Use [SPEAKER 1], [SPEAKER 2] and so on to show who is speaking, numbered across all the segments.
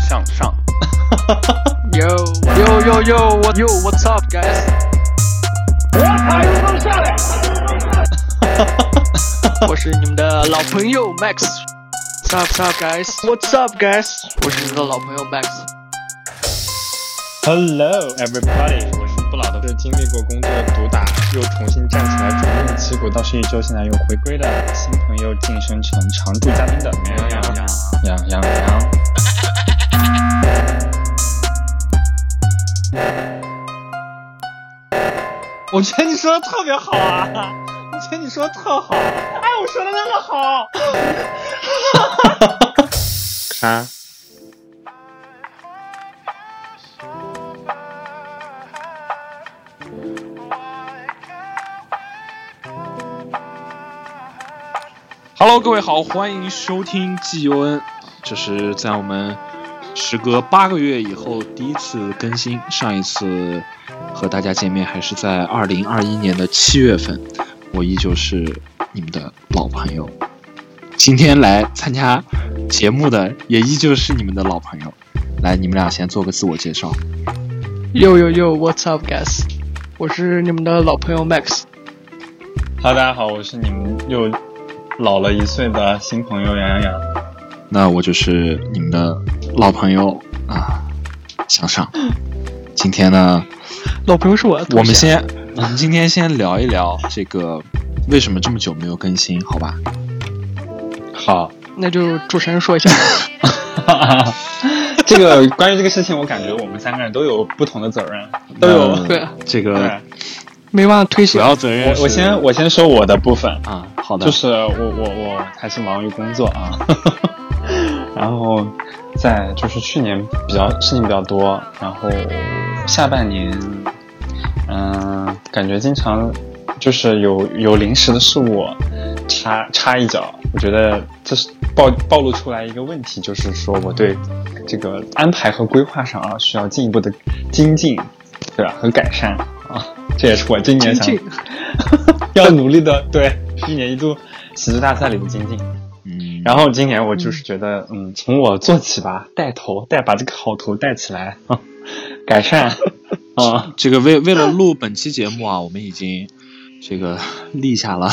[SPEAKER 1] 向上。
[SPEAKER 2] Yo yo yo yo what yo what's up guys？
[SPEAKER 3] 我踩油门下来。
[SPEAKER 2] 我是你们的老朋友 Max。What's up, what's up guys? What's up guys？我是你们的老朋友 Max。
[SPEAKER 4] Hello everybody，我是不老的，是经历过工作毒打又重新站起来重振旗鼓，到是一周现在又回归的新朋友晋升成常驻嘉宾的
[SPEAKER 1] 羊羊羊，
[SPEAKER 4] 羊羊羊。我觉得你说的特别好啊，我觉得你说的特好，哎，我说的那么好，啥？
[SPEAKER 1] Hello，各位好，欢迎收听 GUN，这是在我们时隔八个月以后第一次更新。上一次和大家见面还是在二零二一年的七月份，我依旧是你们的老朋友。今天来参加节目的也依旧是你们的老朋友。来，你们俩先做个自我介绍。
[SPEAKER 2] Yo yo yo what's up guys？我是你们的老朋友 Max。
[SPEAKER 4] 哈喽，大家好，我是你们又老了一岁的新朋友杨洋洋。
[SPEAKER 1] 那我就是你们的老朋友啊，向上。今天呢，
[SPEAKER 2] 老朋友是我的头衔。
[SPEAKER 1] 我们先，我们今天先聊一聊这个为什么这么久没有更新，好吧？
[SPEAKER 4] 好，
[SPEAKER 2] 那就主持人说一 下。
[SPEAKER 4] 这个关于这个事情，我感觉我们三个人都有不同的责任，都有。
[SPEAKER 1] 那
[SPEAKER 2] 对，
[SPEAKER 1] 这
[SPEAKER 4] 对
[SPEAKER 1] 个，
[SPEAKER 2] 没忘了推
[SPEAKER 1] 主
[SPEAKER 2] 行。
[SPEAKER 1] 要责任
[SPEAKER 4] 我我
[SPEAKER 1] 是
[SPEAKER 4] 先我先说我的部分，
[SPEAKER 1] 啊，好的，
[SPEAKER 4] 就是我我我还是忙于工作啊， 然后在就是去年比较事情比较多，然后下半年，嗯、感觉经常就是有有临时的事物插插一脚，我觉得这是暴暴露出来一个问题，就是说我对这个安排和规划上啊需要进一步的精进，对吧？和改善啊，这也是我今年想
[SPEAKER 2] 精
[SPEAKER 4] 要努力的，对，一年一度喜剧大赛里的精进。
[SPEAKER 1] 嗯，
[SPEAKER 4] 然后今年我就是觉得，嗯，从我做起吧，带头带把这个好头带起来 啊，改善 啊。
[SPEAKER 1] 这个为为了录本期节目啊，我们已经这个立下了，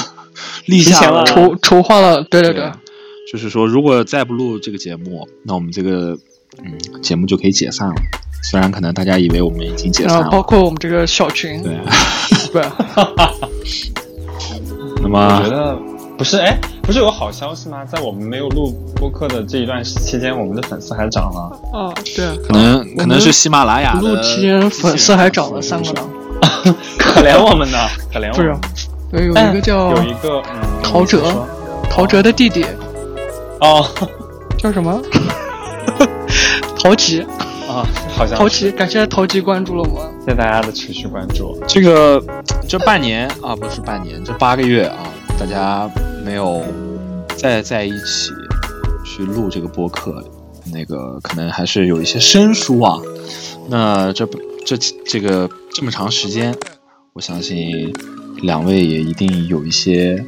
[SPEAKER 1] 立
[SPEAKER 4] 提
[SPEAKER 1] 下
[SPEAKER 4] 前了
[SPEAKER 2] 筹筹划了，对对对
[SPEAKER 1] 对，，就是说，如果再不录这个节目，那我们这个嗯节目就可以解散了。虽然可能大家以为我们已经解
[SPEAKER 2] 然
[SPEAKER 1] 散
[SPEAKER 2] 后包
[SPEAKER 1] 了，
[SPEAKER 2] 括我们这个小群，
[SPEAKER 1] 对，
[SPEAKER 2] 对，
[SPEAKER 4] 我
[SPEAKER 1] 那
[SPEAKER 4] 觉
[SPEAKER 1] 么
[SPEAKER 4] 得不是，哎，不是有好消息吗？在我们没有录播客的这一段期间，我们的粉丝还涨了。
[SPEAKER 2] 啊，对，
[SPEAKER 1] 可能可能是喜马拉雅
[SPEAKER 2] 不
[SPEAKER 1] 的
[SPEAKER 2] 录期间粉丝还涨了三个
[SPEAKER 1] 呢。
[SPEAKER 2] 档，
[SPEAKER 4] 可怜 我们呢，可怜我
[SPEAKER 2] 不是
[SPEAKER 4] 们。，
[SPEAKER 2] 有有
[SPEAKER 4] 哎
[SPEAKER 2] 一个叫
[SPEAKER 4] 有一个嗯，
[SPEAKER 2] 哦陶喆
[SPEAKER 4] 你说
[SPEAKER 2] 陶喆的弟弟
[SPEAKER 4] 哦
[SPEAKER 2] 叫什 么？陶吉，
[SPEAKER 4] 啊，好像
[SPEAKER 2] 陶
[SPEAKER 4] 是
[SPEAKER 2] 吉，感谢陶吉关注了我。
[SPEAKER 4] 谢谢大家的持续关注。
[SPEAKER 1] 这个这半年啊，不是半年，这八个月啊，大家没有再在一起去录这个播客，那个可能还是有一些生疏啊。那这这这个这么长时间，我相信两位也一定有一些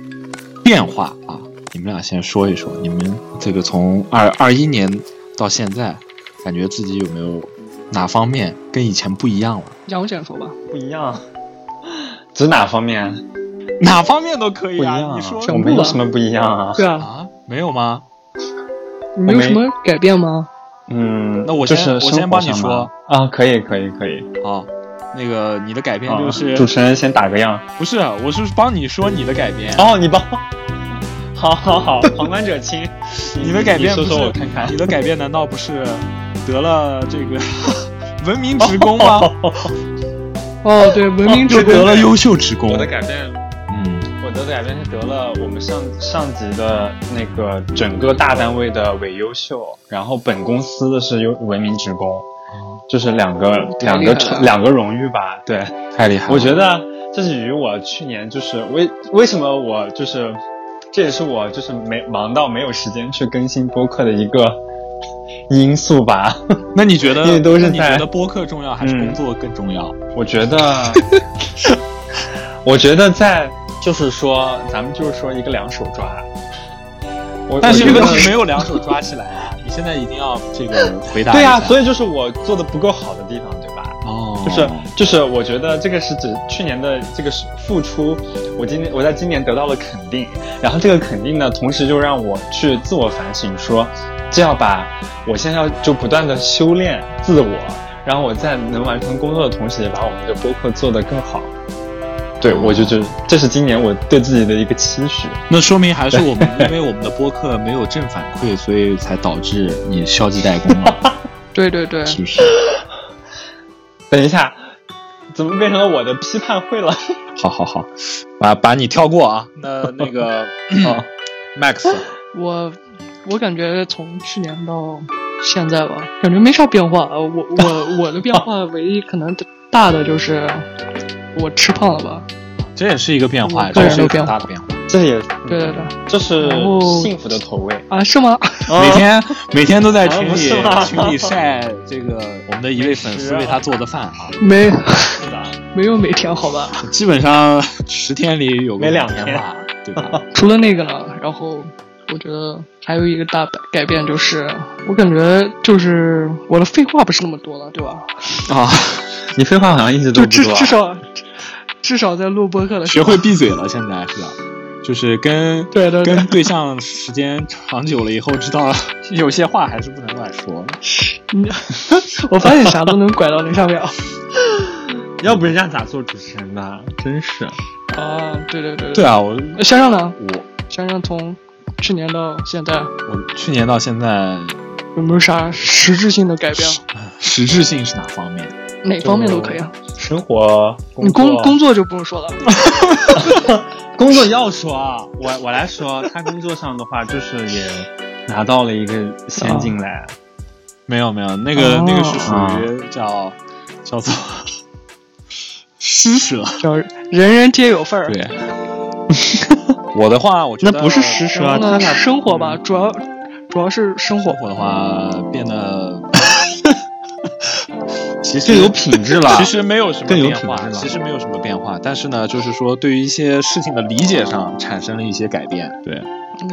[SPEAKER 1] 变化啊。你们俩先说一说，你们这个从二二一年到现在，感觉自己有没有哪方面跟以前不一样了？
[SPEAKER 2] 杨戬说吧，
[SPEAKER 4] 不一样，指哪方面？
[SPEAKER 1] 哪方面都可
[SPEAKER 4] 不
[SPEAKER 1] 以
[SPEAKER 4] 一
[SPEAKER 1] 啊。
[SPEAKER 4] 样啊，
[SPEAKER 1] 你
[SPEAKER 4] 我
[SPEAKER 1] 说
[SPEAKER 2] 全部
[SPEAKER 4] 们有
[SPEAKER 2] 啊
[SPEAKER 4] 什么不一样啊？
[SPEAKER 2] 对啊，
[SPEAKER 1] 啊，没有吗？
[SPEAKER 2] 你没有什么改变吗？
[SPEAKER 4] 嗯，
[SPEAKER 1] 那我
[SPEAKER 4] 就
[SPEAKER 1] 先
[SPEAKER 4] 是
[SPEAKER 1] 我先
[SPEAKER 4] 生活
[SPEAKER 1] 帮你
[SPEAKER 4] 上
[SPEAKER 1] 说
[SPEAKER 4] 嘛啊，可以可以可以，
[SPEAKER 1] 好，哦那个你的改变
[SPEAKER 4] 啊
[SPEAKER 1] 就是、
[SPEAKER 4] 主持人先打个样。
[SPEAKER 1] 不是？我是帮你说你的改变。
[SPEAKER 4] 哦，你帮，好好好，旁观者 清。
[SPEAKER 1] 你的改变不
[SPEAKER 4] 说
[SPEAKER 1] 是
[SPEAKER 4] 说我看看
[SPEAKER 1] 你。的改变难道不是得了这 个文明职工吗？
[SPEAKER 2] 哦，对，文明之
[SPEAKER 1] 又
[SPEAKER 2] 国
[SPEAKER 1] 得了优秀职工
[SPEAKER 4] 我。的改变，
[SPEAKER 1] 嗯，
[SPEAKER 4] 我的改变是得了我们上上级的那个整个大单位的伪优秀，然后本公司的是优文明职工，
[SPEAKER 1] 哦
[SPEAKER 4] 就是两个
[SPEAKER 2] 太
[SPEAKER 4] 两
[SPEAKER 2] 厉
[SPEAKER 4] 个
[SPEAKER 2] 害了
[SPEAKER 4] 两个荣誉吧，对。
[SPEAKER 1] 太厉害了。
[SPEAKER 4] 我觉得这是与我去年就是为为什么我就是，这也是我就是没忙到没有时间去更新播客的一个因素 吧。
[SPEAKER 1] 那你觉得
[SPEAKER 4] 因为都是
[SPEAKER 1] 那你觉
[SPEAKER 4] 在
[SPEAKER 1] 得播客重要还是
[SPEAKER 4] 嗯
[SPEAKER 1] 工作更重要？
[SPEAKER 4] 我觉 得，我觉得在就是说，咱们就是说一个两手抓。我
[SPEAKER 1] 但是
[SPEAKER 4] 我觉
[SPEAKER 1] 这个
[SPEAKER 4] 得
[SPEAKER 1] 题没有两手抓起来啊！你现在一定要这个回答一
[SPEAKER 4] 对
[SPEAKER 1] 下。
[SPEAKER 4] 啊，所以就是我做的不够好的地方，对吧？
[SPEAKER 1] 哦，
[SPEAKER 4] 就是就是，我觉得这个是指去年的这个是付出，我今年我在今年得到了肯定，然后这个肯定呢，同时就让我去自我反省说，这要把我现在要就不断的修炼自我，然后我在能完成工作的同时，也把我们的播客做得更好。对，我就觉得这是今年我对自己的一个期许。
[SPEAKER 1] 那说明还是我 们因为我们的播客没有正反馈，所以才导致你消极怠工了，
[SPEAKER 2] 对对对，
[SPEAKER 1] 是不是？
[SPEAKER 4] 等一下，怎么变成了我的批判会了？
[SPEAKER 1] 好好好，把把你跳过啊。那那个嗯
[SPEAKER 4] 哦
[SPEAKER 1] Max，
[SPEAKER 2] 我我感觉从去年到现在吧，感觉没啥变化。呃我 我我的变化唯一可能大的就是我吃胖了吧？
[SPEAKER 1] 这也是一个变化，
[SPEAKER 2] 嗯
[SPEAKER 1] 这也是一个
[SPEAKER 2] 对
[SPEAKER 1] 很大的变化。
[SPEAKER 4] 这也
[SPEAKER 2] 对对对，
[SPEAKER 4] 这是
[SPEAKER 2] 然后
[SPEAKER 4] 幸福的投喂。
[SPEAKER 2] 啊是吗？
[SPEAKER 1] 每天每天都在群
[SPEAKER 4] 啊不
[SPEAKER 1] 里
[SPEAKER 4] 是吗
[SPEAKER 1] 群里晒这个我们的一位粉丝为他做的饭啊，
[SPEAKER 2] 没
[SPEAKER 4] 是的，
[SPEAKER 2] 没有每天好吧？
[SPEAKER 1] 基本上十天里有个
[SPEAKER 4] 没两
[SPEAKER 1] 五天
[SPEAKER 4] 天
[SPEAKER 1] 吧，对吧？
[SPEAKER 2] 除了那个呢，然后我觉得还有一个大改变就是，我感觉就是我的废话不是那么多了，对吧？
[SPEAKER 1] 啊，
[SPEAKER 4] 你废话好像一直
[SPEAKER 2] 就至至少至少在录播客的时
[SPEAKER 1] 学
[SPEAKER 2] 候，
[SPEAKER 1] 会闭嘴了，现在是吧？就是跟
[SPEAKER 2] 对对对
[SPEAKER 1] 跟对象时间长久了以 后，知道有些话还是不能乱说。
[SPEAKER 2] 你嗯 我发现啥都能拐到那上面啊！
[SPEAKER 4] 要不人家咋做主持人的？真是。
[SPEAKER 2] 啊，对对对
[SPEAKER 1] 对。啊，我
[SPEAKER 2] 那香香呢？
[SPEAKER 1] 我
[SPEAKER 2] 香香从去年到现在
[SPEAKER 1] 我去年到现在，
[SPEAKER 2] 有没有啥实质性的改变？
[SPEAKER 1] 实质性是哪方面？
[SPEAKER 2] 哪方面都可以啊。
[SPEAKER 4] 生活、
[SPEAKER 2] 你工
[SPEAKER 4] 作啊
[SPEAKER 2] 工作就不用说了，
[SPEAKER 4] 工作要说啊，我我来说，他工作上的话就是也拿到了一个先进
[SPEAKER 2] 啊
[SPEAKER 4] 来，
[SPEAKER 1] 没有没有，那个、
[SPEAKER 2] 哦
[SPEAKER 1] 那个是属于叫叫做施舍。
[SPEAKER 2] 叫人人皆有份儿。
[SPEAKER 1] 对，我的话，我觉
[SPEAKER 4] 那
[SPEAKER 1] 得
[SPEAKER 4] 不是施舍啊
[SPEAKER 2] 然后
[SPEAKER 4] 他
[SPEAKER 2] 呢，
[SPEAKER 4] 俩
[SPEAKER 2] 生活吧，主要主要是生活
[SPEAKER 1] 生。活的话变 得其实
[SPEAKER 4] 更有品质了。
[SPEAKER 1] 其实没有什么
[SPEAKER 4] 更有
[SPEAKER 1] 变化
[SPEAKER 4] 品，质了
[SPEAKER 1] 其实没有什么变化，但是呢，就是说对于一些事情的理解上产生了一些改变，对，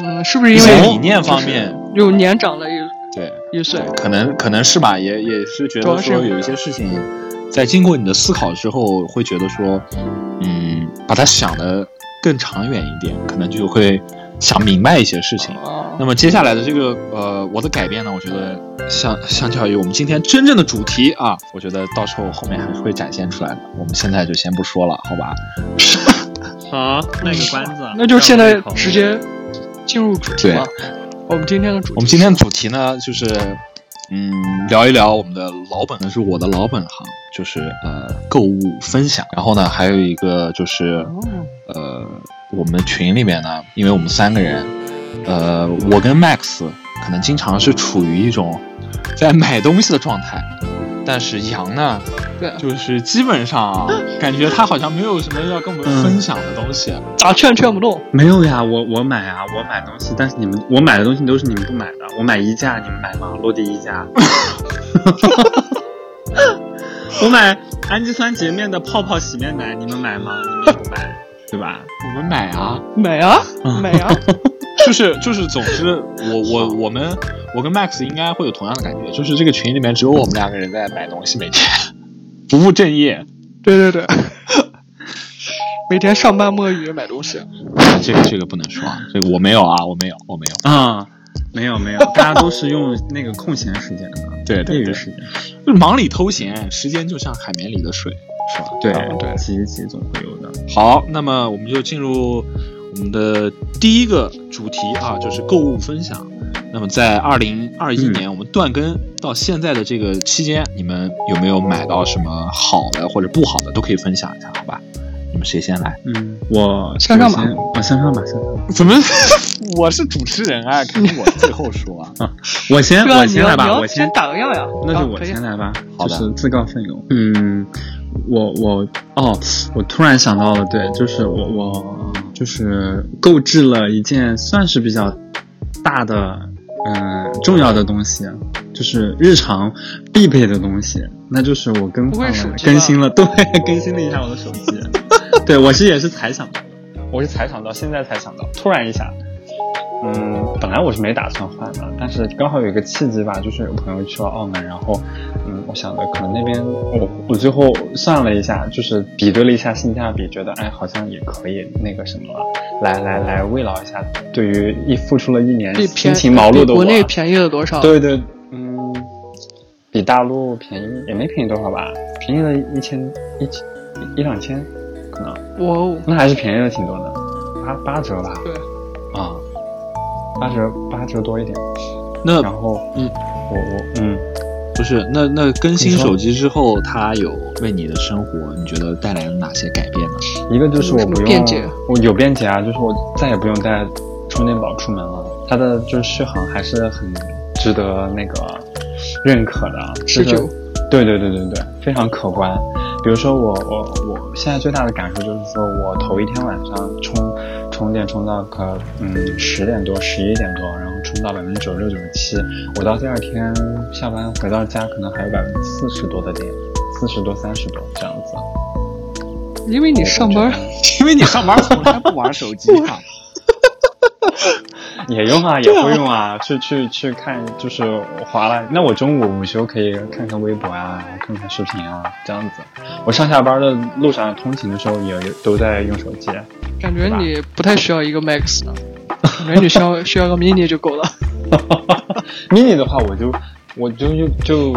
[SPEAKER 2] 嗯，是不是
[SPEAKER 1] 一
[SPEAKER 2] 因
[SPEAKER 1] 些
[SPEAKER 2] 为
[SPEAKER 1] 理念方面，
[SPEAKER 2] 又年长了一
[SPEAKER 1] 对
[SPEAKER 2] 一岁？
[SPEAKER 1] 可能可能是吧，也也是觉
[SPEAKER 2] 主要
[SPEAKER 1] 得
[SPEAKER 2] 是
[SPEAKER 1] 说有一些事情，在经过你的思考之后，会觉得说，嗯，把它想的更长远一点，可能就会想明白一些事
[SPEAKER 4] 哦
[SPEAKER 1] 情。
[SPEAKER 2] 啊
[SPEAKER 1] 那，么接下来的这个呃，我的改变呢，我觉得相相较于我们今天真正的主题啊，我觉得到时候后面还是会展现出来的。我们现在就先不说了，好吧？
[SPEAKER 4] 好，啊卖个关子。
[SPEAKER 2] 那就是现在直接进入主题
[SPEAKER 1] 对
[SPEAKER 2] 吧。我们今天的主题，
[SPEAKER 1] 我们今天的主题呢，就是嗯，聊一聊我们的老本，是我的老本行，就是呃购物分享。然后呢，还有一个就是
[SPEAKER 2] 哦
[SPEAKER 1] 呃，我们群里面呢，因为我们三个人，呃，我跟 Max 可能经常是处于一种在买东西的状态，但是杨呢，
[SPEAKER 2] 对
[SPEAKER 1] 就是基本上感觉他好像没有什么要跟我们分享的东西。
[SPEAKER 2] 咋劝劝不动？
[SPEAKER 4] 没有呀，我我买啊，我买东西，但是你们我买的东西都是你们不买的，我买衣架，你们买吗？落地衣 架。 我买氨基酸洁面的泡泡洗面奶，你们买吗？你们也不买，对吧？
[SPEAKER 1] 我们买啊，
[SPEAKER 2] 买啊，买啊！
[SPEAKER 1] 就是就是，总之我我我们我跟 Max 应该会有同样的感觉，就是这个群里面只有我们两个人在买东西，每天不务正业。
[SPEAKER 2] 对对对，每天上班摸鱼买东西。
[SPEAKER 1] 这个这个不能说，啊，这个我没有啊，我没有，我没有。
[SPEAKER 4] 啊、没有没有，大家都是用那个空闲时间 的，
[SPEAKER 1] 对对
[SPEAKER 4] 业余
[SPEAKER 1] 对，
[SPEAKER 4] 时间。
[SPEAKER 1] 就是忙里偷闲，时间就像海绵里的水，是吧？
[SPEAKER 4] 对
[SPEAKER 1] 嗯
[SPEAKER 4] 对，啊挤一挤总会有的。
[SPEAKER 1] 好，那么我们就进入我们的第一个主题啊，就是购物分享。那么在二零二一
[SPEAKER 4] 嗯
[SPEAKER 1] 年我们断更到现在的这个期间，你们有没有买到什么好的或者不好的，都可以分享一下，好吧？你们谁先来？
[SPEAKER 4] 嗯，我
[SPEAKER 2] 向上吧
[SPEAKER 4] 我先我向上吧，向上吧。
[SPEAKER 1] 怎么？ 我是主持人啊，肯定我最后说啊。
[SPEAKER 4] 我先
[SPEAKER 2] 对啊，
[SPEAKER 4] 我
[SPEAKER 2] 你
[SPEAKER 4] 先来
[SPEAKER 2] 要你
[SPEAKER 4] 吧，
[SPEAKER 2] 要
[SPEAKER 4] 我先
[SPEAKER 2] 先，打个样呀。
[SPEAKER 4] 那
[SPEAKER 2] 啊
[SPEAKER 4] 就我
[SPEAKER 2] 可以
[SPEAKER 4] 先来吧，
[SPEAKER 1] 好
[SPEAKER 4] 就
[SPEAKER 1] 的
[SPEAKER 4] 是自告奋勇。嗯，我我哦，我突然想到了，对，就是我我就是购置了一件算是比较大的嗯重要的东西，就是日常必备的东西，那就是我更
[SPEAKER 2] 不
[SPEAKER 4] 换
[SPEAKER 2] 会
[SPEAKER 4] 了
[SPEAKER 2] 手机吧
[SPEAKER 4] 更新了，对，更新了一下我的手机。 对我是也是才想到的，我是才想到，现在才想到，突然一下。嗯，本来我是没打算换的，但是刚好有一个契机吧，就是有朋友去了澳门，然后，嗯，我想着可能那边我我最后算了一下，就是比对了一下性价比，觉得哎好像也可以那个什么了，来来来慰劳一下，对于一付出了一年
[SPEAKER 2] 比
[SPEAKER 4] 辛
[SPEAKER 2] 便
[SPEAKER 4] 勤忙碌
[SPEAKER 2] 比
[SPEAKER 4] 的我
[SPEAKER 2] 国，
[SPEAKER 4] 啊
[SPEAKER 2] 内便宜了多少？，
[SPEAKER 4] 对对，嗯，比大陆便宜也没便宜多少吧，便宜了一千一千一两千，可能
[SPEAKER 2] 哇哦，
[SPEAKER 4] 那还是便宜了挺多的，八八折吧，
[SPEAKER 2] 对，
[SPEAKER 4] 啊、八折八折多一点。
[SPEAKER 1] 那
[SPEAKER 4] 然后，
[SPEAKER 1] 嗯，
[SPEAKER 4] 我我嗯，
[SPEAKER 1] 不是那那更新
[SPEAKER 4] 你说
[SPEAKER 1] 手机之后，它有为你的生活，你觉得带来了哪些改变呢？
[SPEAKER 4] 一个就是我
[SPEAKER 2] 有什
[SPEAKER 4] 不
[SPEAKER 2] 么
[SPEAKER 4] 用，
[SPEAKER 2] 便捷
[SPEAKER 4] 我有便捷啊，就是我再也不用带充电宝出门了，它的就是续航还是很值得那个认可的，啊
[SPEAKER 2] 持
[SPEAKER 4] 就是
[SPEAKER 2] 久。
[SPEAKER 4] 对对对对对，非常可观。比如说我我我现在最大的感受就是说我头一天晚上充充电充到可嗯十点多十一点多，然后充到百分之九十六九十七，我到第二天下班回到家可能还有百分之四十多的电，四十多三十多这样子。
[SPEAKER 2] 因为你上班
[SPEAKER 4] 我
[SPEAKER 1] 因为你上班从来不玩手机啊。
[SPEAKER 4] 也用啊，也会用啊，去去去看，就是划拉。那我中午午休可以看看微博啊，看看视频啊，这样子。我上下班的路上通勤的时候也也都在用手机。
[SPEAKER 2] 感觉你不太需要一个 Max 呢，感觉你需要需要个 Mini 就够了。
[SPEAKER 4] mini 的话，我就我就就就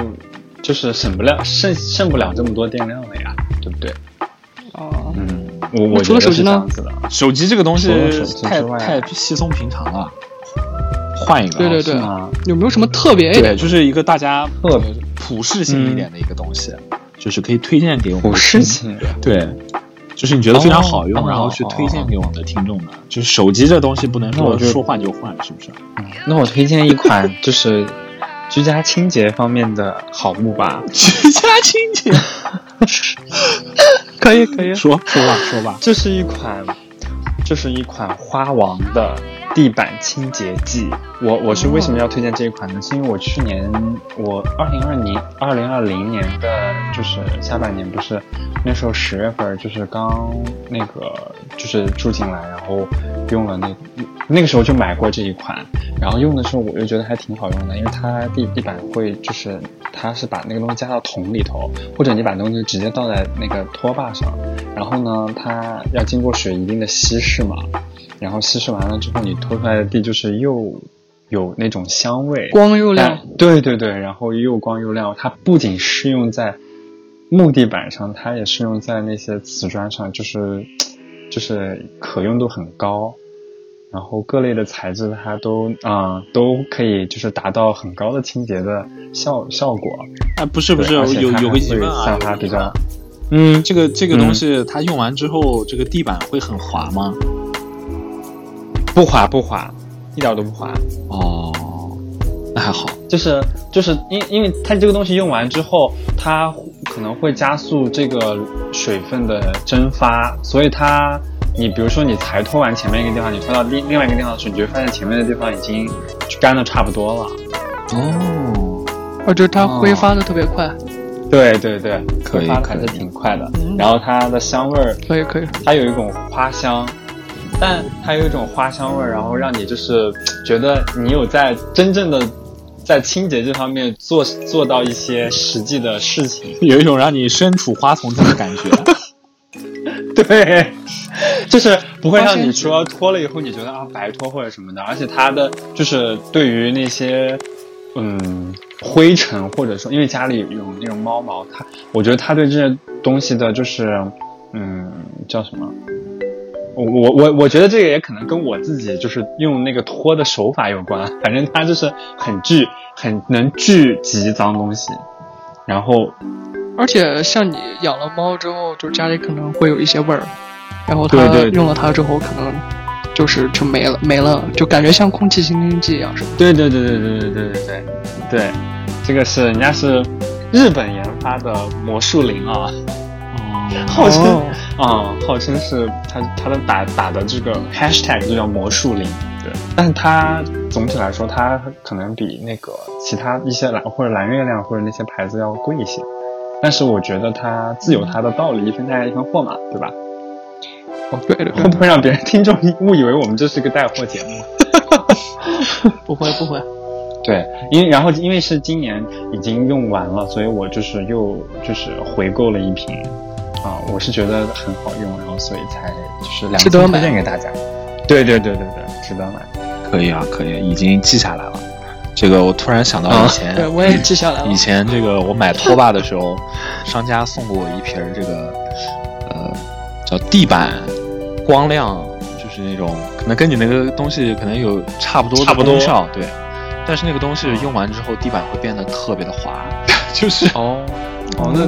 [SPEAKER 4] 就是省不了剩剩不了这么多电量了呀，对不对？
[SPEAKER 2] 啊，
[SPEAKER 4] 嗯，我
[SPEAKER 2] 那
[SPEAKER 4] 我
[SPEAKER 2] 除
[SPEAKER 4] 觉
[SPEAKER 2] 了
[SPEAKER 4] 得
[SPEAKER 2] 手
[SPEAKER 4] 是
[SPEAKER 2] 机
[SPEAKER 4] 这
[SPEAKER 2] 呢
[SPEAKER 4] 样子的。
[SPEAKER 1] 手机这个东西
[SPEAKER 4] 除了手机
[SPEAKER 1] 太
[SPEAKER 4] 之外
[SPEAKER 1] 太稀松平常了，换一个啊。
[SPEAKER 2] 对对对
[SPEAKER 4] 哦是吗？
[SPEAKER 2] 有没有什么特别一点？
[SPEAKER 1] 对，就是一个大家
[SPEAKER 4] 哎特嗯
[SPEAKER 1] 呃普适性一点的一个东西，就是可以推荐给我们
[SPEAKER 4] 不
[SPEAKER 1] 的
[SPEAKER 4] 是
[SPEAKER 1] 听
[SPEAKER 4] 情
[SPEAKER 1] 对，就是你觉得非常好用，
[SPEAKER 4] 哦
[SPEAKER 1] 然后去推荐给我们的听众的。就是手机这东西不能
[SPEAKER 4] 那我
[SPEAKER 1] 说
[SPEAKER 4] 就
[SPEAKER 1] 说换就换，是不是？
[SPEAKER 4] 那我推荐一款就是居家清洁方面的好物吧。
[SPEAKER 1] 居家清洁，
[SPEAKER 2] 可以可以，
[SPEAKER 1] 说说吧说吧，
[SPEAKER 4] 这是一款，这是一款花王的地板清洁剂。我我是为什么要推荐这一款呢？是因为我去年我二零二零二零二零年的就是下半年不是那时候十月份就是刚那个就是住进来，然后用了那那个时候就买过这一款，然后用的时候我就觉得还挺好用的，因为它地地板会就是它是把那个东西加到桶里头，或者你把东西直接倒在那个拖把上，然后呢，它要经过水一定的稀释嘛，然后稀释完了之后，你拖出来的地就是又有那种香味，
[SPEAKER 2] 光又
[SPEAKER 4] 但
[SPEAKER 2] 亮，
[SPEAKER 4] 对对对，然后又光又亮，它不仅适用在木地板上，它也适用在那些瓷砖上，就是就是可用度很高。然后各类的材质它都啊、都可以就是达到很高的清洁的效效果，
[SPEAKER 1] 哎，不是不是，
[SPEAKER 4] 对
[SPEAKER 1] 有
[SPEAKER 4] 而且它
[SPEAKER 1] 有
[SPEAKER 4] 还
[SPEAKER 1] 个疑
[SPEAKER 4] 会
[SPEAKER 1] 问啊
[SPEAKER 4] 散，发
[SPEAKER 1] 有个
[SPEAKER 4] 比
[SPEAKER 1] 疑问
[SPEAKER 4] 较嗯
[SPEAKER 1] 这个这个东西它用完之后，这个地板会很滑吗？
[SPEAKER 4] 不滑不滑，一点都不滑。
[SPEAKER 1] 哦，那还好。
[SPEAKER 4] 就是就是因因为它这个东西用完之后，它可能会加速这个水分的蒸发，所以它你比如说你才拖完前面一个地方，你拖到另另外一个地方的时候，你就会发现前面的地方已经干的差不多了。
[SPEAKER 1] 哦，
[SPEAKER 2] 我觉得它挥发的特别快。
[SPEAKER 4] 对对对，
[SPEAKER 1] 可以
[SPEAKER 4] 挥发的还是
[SPEAKER 1] 可以
[SPEAKER 4] 挺快的
[SPEAKER 2] 嗯。
[SPEAKER 4] 然后它的香味儿
[SPEAKER 2] 可以可以，
[SPEAKER 4] 它有一种花香，但它有一种花香味儿，然后让你就是觉得你有在真正的在清洁这方面做做到一些实际的事情。
[SPEAKER 1] 有一种让你身处花丛中的感觉。
[SPEAKER 4] 对，就是不会让你说脱了以后你觉得啊白脱或者什么的，而且它的就是对于那些嗯灰尘或者说因为家里有那种猫毛，它我觉得它对这些东西的就是嗯叫什么？我我我我觉得这个也可能跟我自己就是用那个拖的手法有关，反正它就是很聚，很能聚集脏东西，然后
[SPEAKER 2] 而且像你养了猫之后，就家里可能会有一些味儿，然后它
[SPEAKER 4] 对对对
[SPEAKER 2] 用了它之后，可能就是就没了没了，就感觉像空气清新剂一样，是吧？
[SPEAKER 4] 对对对对对对对对对对，这个是人家是日本研发的魔术灵啊
[SPEAKER 1] 哦，
[SPEAKER 4] 号称啊、号称是它它的打打的这个 hashtag 就叫魔术灵，对，但它总体来说它可能比那个其他一些蓝或者蓝月亮或者那些牌子要贵一些，但是我觉得它自有它的道理，一分价钱一分货嘛，对吧？
[SPEAKER 2] 哦
[SPEAKER 4] 对对， 会不会让别人听众误以为我们这是个带货节目？
[SPEAKER 2] 不会不 会，
[SPEAKER 4] 对，因然后因为是今年已经用完了，所以我就是又就是回购了一瓶，啊，我是觉得很好用，然后所以才就是良
[SPEAKER 2] 值
[SPEAKER 4] 心
[SPEAKER 2] 得买
[SPEAKER 4] 推荐给大家。对对对对对，值得买。
[SPEAKER 1] 可以啊，可以，已经记下来了。这个我突然想到以前，
[SPEAKER 2] 对我也记下来了
[SPEAKER 1] 以。前这个我买拖把的时候，商家送过我一瓶儿这个，呃，叫地板光亮，就是那种可能跟你那个东西可能有差不多
[SPEAKER 4] 差
[SPEAKER 1] 的
[SPEAKER 4] 不多
[SPEAKER 1] 功效，对。但是那个东西用完之后，地板会变得特别的滑， 就是
[SPEAKER 4] 哦哦，那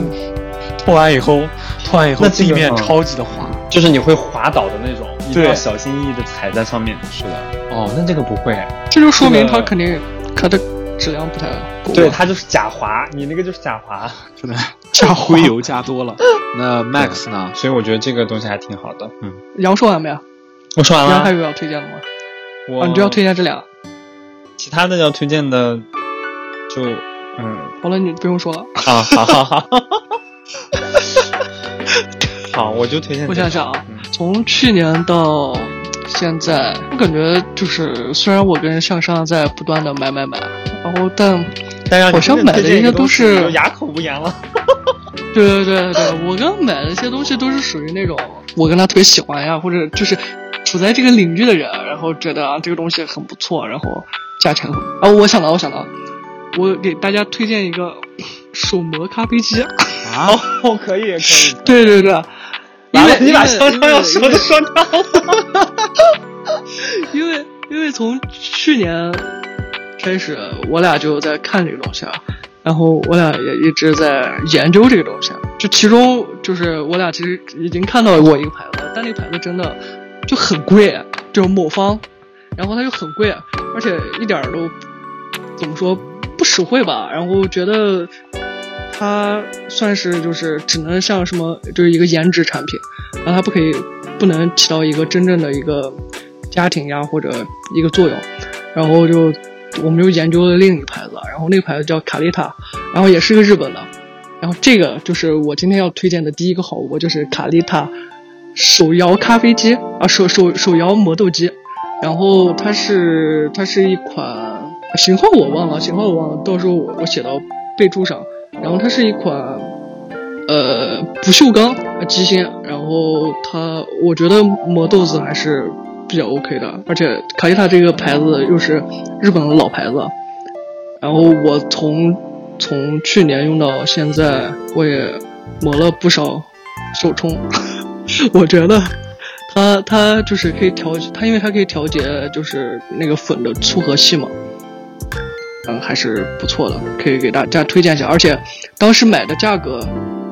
[SPEAKER 1] 拖完以后，拖完以后
[SPEAKER 4] 那这
[SPEAKER 1] 地
[SPEAKER 4] 个
[SPEAKER 1] 面
[SPEAKER 4] 嗯
[SPEAKER 1] 超级的滑。
[SPEAKER 4] 就是你会滑倒的那种，一定要
[SPEAKER 1] 对
[SPEAKER 4] 小心翼翼的踩在上面。是的。哦，那这个不会。
[SPEAKER 2] 这就说明
[SPEAKER 4] 这个
[SPEAKER 2] 它肯定它的质量不太够。
[SPEAKER 4] 对，它就是假滑，你那个就是假滑。
[SPEAKER 1] 真 的加灰油加多了。 那 Max 呢？
[SPEAKER 4] 所以我觉得这个东西还挺好的。嗯，
[SPEAKER 2] 杨说完没有？啊
[SPEAKER 4] 我说完
[SPEAKER 2] 杨还
[SPEAKER 4] 了。
[SPEAKER 2] 有要推荐的吗？
[SPEAKER 4] 我
[SPEAKER 2] 啊，你就要推荐这俩，
[SPEAKER 4] 其他的要推荐的，就嗯
[SPEAKER 2] 完了你不用说了。
[SPEAKER 4] 啊，好好好， 好，我就推荐这个。
[SPEAKER 2] 我想想啊
[SPEAKER 4] 嗯，
[SPEAKER 2] 从去年到现在，我感觉就是虽然我跟向上在不断的买买买，然后但
[SPEAKER 4] 但让你
[SPEAKER 2] 我想买的
[SPEAKER 4] 推荐
[SPEAKER 2] 应该
[SPEAKER 4] 一个东西
[SPEAKER 2] 都是
[SPEAKER 4] 你就哑口无言了。
[SPEAKER 2] 对对对对对，我刚买的一些东西都是属于那种我跟他特别喜欢呀，或者就是处在这个领域的人，然后觉得啊这个东西很不错，然后价钱很啊，我想到我想到，我给大家推荐一个手磨咖啡机，
[SPEAKER 1] 啊，
[SPEAKER 4] 哦，可以可以。
[SPEAKER 2] 对对对。因
[SPEAKER 4] 完了
[SPEAKER 2] 为，
[SPEAKER 4] 你把
[SPEAKER 2] 因为
[SPEAKER 4] 双张要
[SPEAKER 2] 因为
[SPEAKER 4] 说的说掉了。
[SPEAKER 2] 因为因为从去年开始，我俩就在看这个东西啊，然后我俩也一直在研究这个东西啊。就其中就是我俩其实已经看到过一个牌子，但那个牌子真的就很贵，就是某方，然后它就很贵，而且一点儿都怎么说不实惠吧。然后觉得它算是就是只能像什么就是一个颜值产品，然后它不可以不能起到一个真正的一个家庭呀或者一个作用，然后就我们就研究了另一个牌子，然后那个牌子叫卡丽塔，然后也是个日本的，然后这个就是我今天要推荐的第一个好物，就是卡丽塔手摇咖啡机啊手手手摇磨豆机，然后它是它是一款型号我忘了，型号我忘了，到时候我我写到备注上，然后它是一款。呃不锈钢呃机芯，然后它我觉得磨豆子还是比较 OK 的，而且卡西塔这个牌子又是日本的老牌子，然后我从从去年用到现在，我也磨了不少手冲， 我觉得。它它就是可以调，它因为它可以调节就是那个粉的粗和细嘛，嗯，还是不错的，可以给大家推荐一下。而且当时买的价格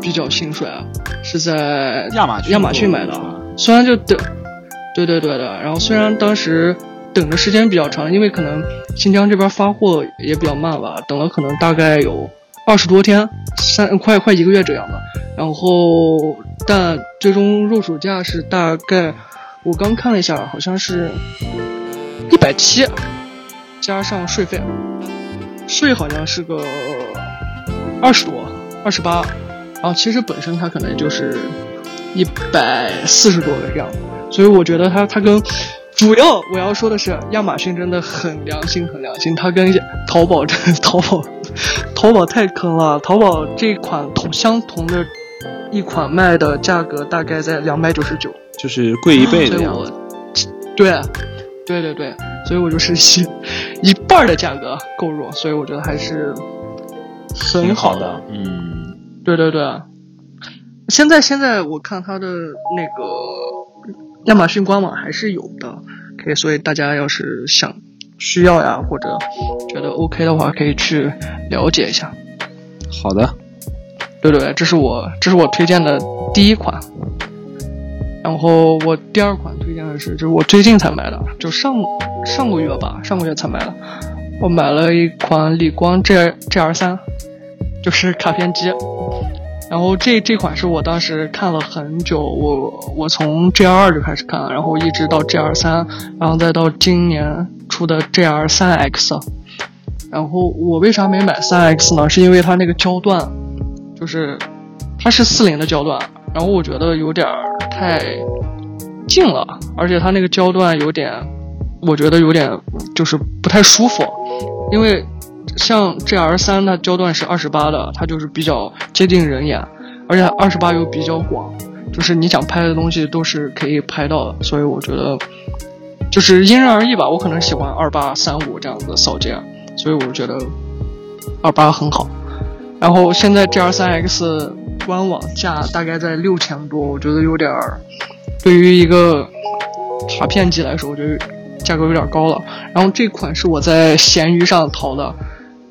[SPEAKER 2] 比较心水啊，是在
[SPEAKER 1] 亚马逊
[SPEAKER 2] 亚马逊买的
[SPEAKER 1] 是吧，
[SPEAKER 2] 虽然就等，对对对的，然后虽然当时等的时间比较长，因为可能新疆这边发货也比较慢吧，等了可能大概有二十多天，三快快一个月这样吧。然后但最终入手价是大概，我刚看了一下，好像是一百七，加上税费，税好像是个二十多，二十八。然后其实本身它可能就是一百四十多的样子，所以我觉得它它跟主要我要说的是，亚马逊真的很良心，很良心。它跟淘宝真淘宝淘宝太坑了，淘宝这款同相同的一款卖的价格大概在两百九十九，
[SPEAKER 1] 就是贵一倍
[SPEAKER 2] 所
[SPEAKER 1] 的
[SPEAKER 2] 以
[SPEAKER 1] 样
[SPEAKER 2] 我
[SPEAKER 1] 子。
[SPEAKER 2] 对，啊对对对，所以我就是一一半儿的价格购入，所以我觉得还是很
[SPEAKER 4] 挺好
[SPEAKER 2] 好
[SPEAKER 4] 的。
[SPEAKER 1] 嗯，
[SPEAKER 2] 对对啊对，现在现在我看它的那个亚马逊官网还是有的，可以，所以大家要是想需要呀，或者觉得 OK 的话，可以去了解一下。
[SPEAKER 1] 好的，
[SPEAKER 2] 对对对，这是我这是我推荐的第一款。然后我第二款推荐的是，就是我最近才买的，就上上个月吧，上个月才买的。我买了一款理光 G G R 三，就是卡片机。然后这这款是我当时看了很久，我我从 G R 二就开始看，然后一直到 G R 三，然后再到今年出的 G R 三 X。然后我为啥没买三 X 呢？是因为它那个焦段就是它是四零的焦段，然后我觉得有点儿太近了，而且它那个焦段有点，我觉得有点就是不太舒服，因为像 GR 三它焦段是二十八的，它就是比较接近人眼，而且二十八又比较广，就是你想拍的东西都是可以拍到的，所以我觉得就是因人而异吧。我可能喜欢二八三五这样子扫街，所以我觉得二八很好。然后现在 GR 三 X 官网价大概在六千多，我觉得有点儿，对于一个卡片机来说，我觉得价格有点高了。然后这款是我在闲鱼上淘的，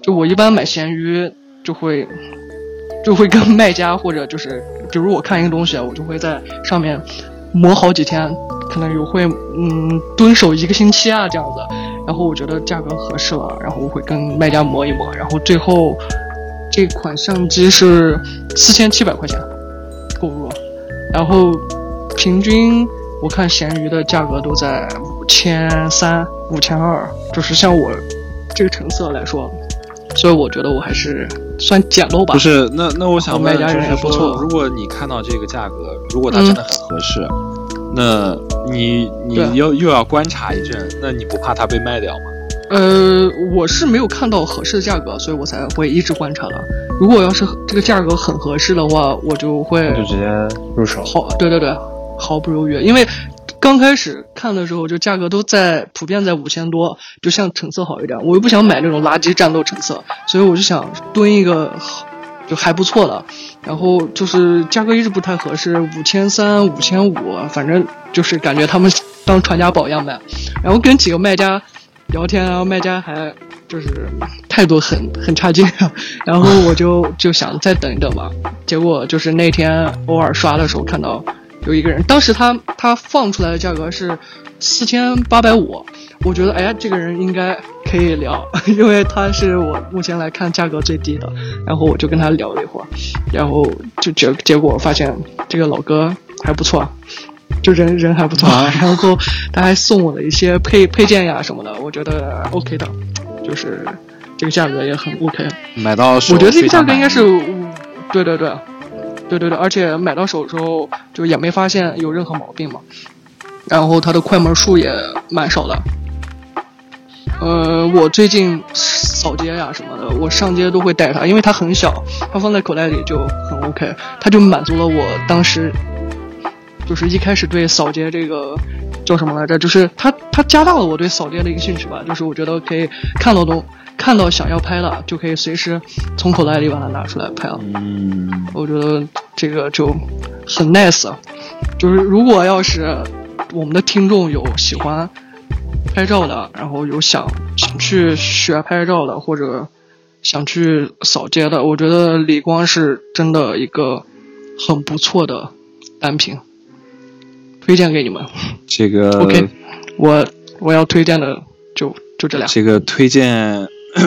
[SPEAKER 2] 就我一般买闲鱼就会 就会跟卖家或者就是，比如我看一个东西，我就会在上面磨好几天，可能有会嗯蹲守一个星期啊这样子。然后我觉得价格合适了，然后我会跟卖家磨一磨，然后最后这款相机是四千七百块钱购入，然后平均我看闲鱼的价格都在五千三、五千二，就是像我这个成色来说，所以我觉得我还是算简陋吧。
[SPEAKER 1] 不是，那那我想
[SPEAKER 2] 卖
[SPEAKER 1] 问，就
[SPEAKER 2] 家人
[SPEAKER 1] 是
[SPEAKER 2] 也不
[SPEAKER 1] 说，
[SPEAKER 2] 错
[SPEAKER 1] 如果你看到这个价格，如果它真的很合适，那你
[SPEAKER 2] 对
[SPEAKER 1] 你又又要观察一阵，那你不怕它被卖掉吗？
[SPEAKER 2] 呃，我是没有看到合适的价格，所以我才会一直观察的。如果要是这个价格很合适的话，我就会
[SPEAKER 4] 那就直接入手。
[SPEAKER 2] 毫对对对，毫不犹豫，因为刚开始看的时候就价格都在普遍在五千多，就像成色好一点，我又不想买那种垃圾战斗成色，所以我就想蹲一个好就还不错的，然后就是价格一直不太合适，五千三、五千五，反正就是感觉他们当传家宝一样卖，然后跟几个卖家聊天，然后卖家还。就是态度很很差劲，啊然后我就就想再等一等吧，结果就是那天偶尔刷的时候看到有一个人，当时他他放出来的价格是四千八百五，我觉得哎呀，这个人应该可以聊， 因为他是我目前来看价格最低的。然后我就跟他聊了一会儿，然后就结结果发现这个老哥还不错。就人人还不错， 然后他还送我了一些配配件呀什么的，我觉得呃 OK 的，就是这个价格也很 OK。
[SPEAKER 1] 买到手
[SPEAKER 2] 我觉得这个
[SPEAKER 1] 非
[SPEAKER 2] 价
[SPEAKER 1] 常
[SPEAKER 2] 格应该
[SPEAKER 1] 满意
[SPEAKER 2] 是五，对对对，对对对，而且买到手的时候就也没发现有任何毛病嘛，然后它的快门数也蛮少的。呃，我最近扫街呀、什么的，我上街都会带它，因为它很小，它放在口袋里就很 OK，它就满足了我当时就是一开始对扫街这个叫什么来着，就是它它加大了我对扫街的一个兴趣吧，就是我觉得可以看到东看到想要拍的，就可以随时从口袋里把它拿出来拍了。
[SPEAKER 4] 嗯，
[SPEAKER 2] 我觉得这个就很 nice 啊。就是如果要是我们的听众有喜欢拍照的，然后有想想去学拍照的，或者想去扫街的，我觉得理光是真的一个很不错的单品，推荐给你们。
[SPEAKER 1] 这个
[SPEAKER 2] OK，我我要推荐的就就这俩。
[SPEAKER 1] 这个推荐，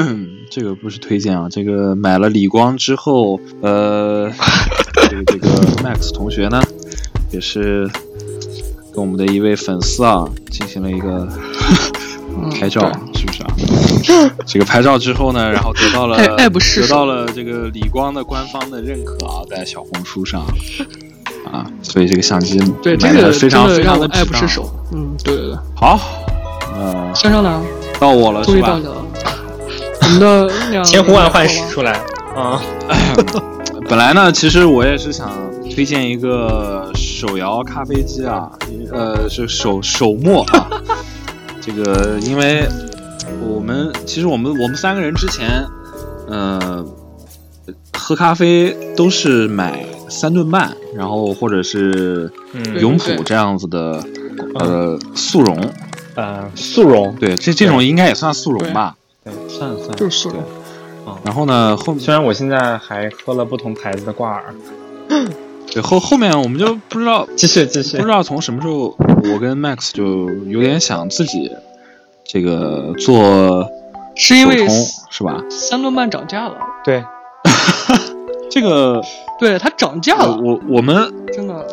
[SPEAKER 1] 这个不是推荐啊，这个买了理光之后， 呃，这个这个 Max 同学呢，也是跟我们的一位粉丝啊进行了一个
[SPEAKER 2] 嗯
[SPEAKER 1] 拍照，
[SPEAKER 2] 对
[SPEAKER 1] 是不是啊？ 这个拍照之后呢，然后得到了
[SPEAKER 2] 爱爱不释
[SPEAKER 1] 得
[SPEAKER 2] 手
[SPEAKER 1] 到了这个理光的官方的认可啊，在小红书上啊，所以这个相机
[SPEAKER 2] 对，这
[SPEAKER 1] 买的
[SPEAKER 2] 个
[SPEAKER 1] 非
[SPEAKER 2] 真
[SPEAKER 1] 常
[SPEAKER 2] 的
[SPEAKER 1] 非常
[SPEAKER 2] 让我
[SPEAKER 1] 的
[SPEAKER 2] 爱不
[SPEAKER 1] 值
[SPEAKER 2] 释
[SPEAKER 1] 当。
[SPEAKER 2] 手。嗯，对对对，
[SPEAKER 1] 好，呃，
[SPEAKER 2] 珊珊呢？
[SPEAKER 1] 到我了
[SPEAKER 2] 终
[SPEAKER 1] 是
[SPEAKER 2] 于到
[SPEAKER 1] 吧
[SPEAKER 2] 你？了。我们的那样
[SPEAKER 4] 千呼万唤始出来啊！
[SPEAKER 1] 本来呢，其实我也是想推荐一个手摇咖啡机啊，呃，是手手磨啊。这个，因为我们其实我们我们三个人之前，呃，喝咖啡都是买三顿半，然后或者是
[SPEAKER 4] 嗯
[SPEAKER 1] 永
[SPEAKER 2] 对对对
[SPEAKER 1] 璞这样子的，呃，速溶。
[SPEAKER 4] 呃，速溶，
[SPEAKER 1] 对，这这种应该也算速溶
[SPEAKER 2] 对
[SPEAKER 1] 吧。
[SPEAKER 4] 对，算算。
[SPEAKER 2] 就是说
[SPEAKER 1] 对然后呢，后
[SPEAKER 4] 虽然我现在还喝了不同牌子的挂耳，
[SPEAKER 1] 对后后面我们就不知道
[SPEAKER 4] 继续继续
[SPEAKER 1] 不知。道从什么时候，我跟 Max 就有点想自己这个做
[SPEAKER 2] 是因为
[SPEAKER 1] 手冲是吧？
[SPEAKER 2] 三顿半涨价了，
[SPEAKER 4] 对，
[SPEAKER 1] 这个
[SPEAKER 2] 对它涨价
[SPEAKER 1] 我
[SPEAKER 2] 了，
[SPEAKER 1] 我呃我们
[SPEAKER 2] 真的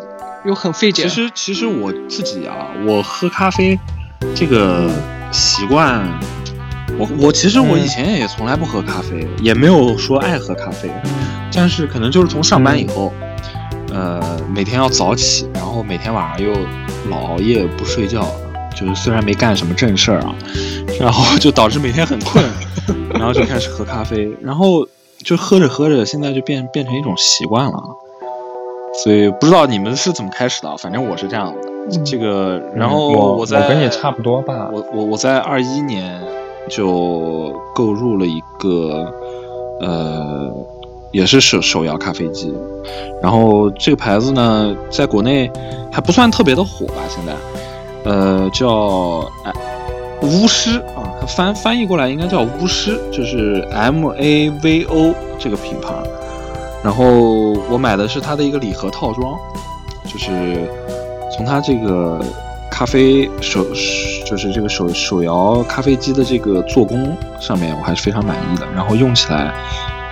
[SPEAKER 2] 又很费解。
[SPEAKER 1] 其实其实我自己啊，我喝咖啡这个习惯，我我其实我
[SPEAKER 2] 嗯
[SPEAKER 1] 以前也从来不
[SPEAKER 2] 嗯
[SPEAKER 1] 喝咖啡，也没有说爱喝咖啡，但是可能就是从上班以后，嗯、呃，每天要早起，然后每天晚上又老熬夜不睡觉，就是虽然没干什么正事儿啊，然后就导致每天很困， 然后就开始喝咖啡，然后就喝着喝着，现在就变变成一种习惯了。所以不知道你们是怎么开始的啊，反正我是这样的。这个，然后
[SPEAKER 4] 嗯我
[SPEAKER 1] 在
[SPEAKER 4] 我跟你差不多吧，
[SPEAKER 1] 我我我在二一年就购入了一个，呃，也是手手摇咖啡机，然后这个牌子呢，在国内还不算特别的火吧，现在，呃，叫哎巫师啊，它翻翻译过来应该叫巫师，就是 M A V O 这个品牌。然后我买的是它的一个礼盒套装，就是从它这个咖啡手，就是这个手手摇咖啡机的这个做工上面，我还是非常满意的。然后用起来，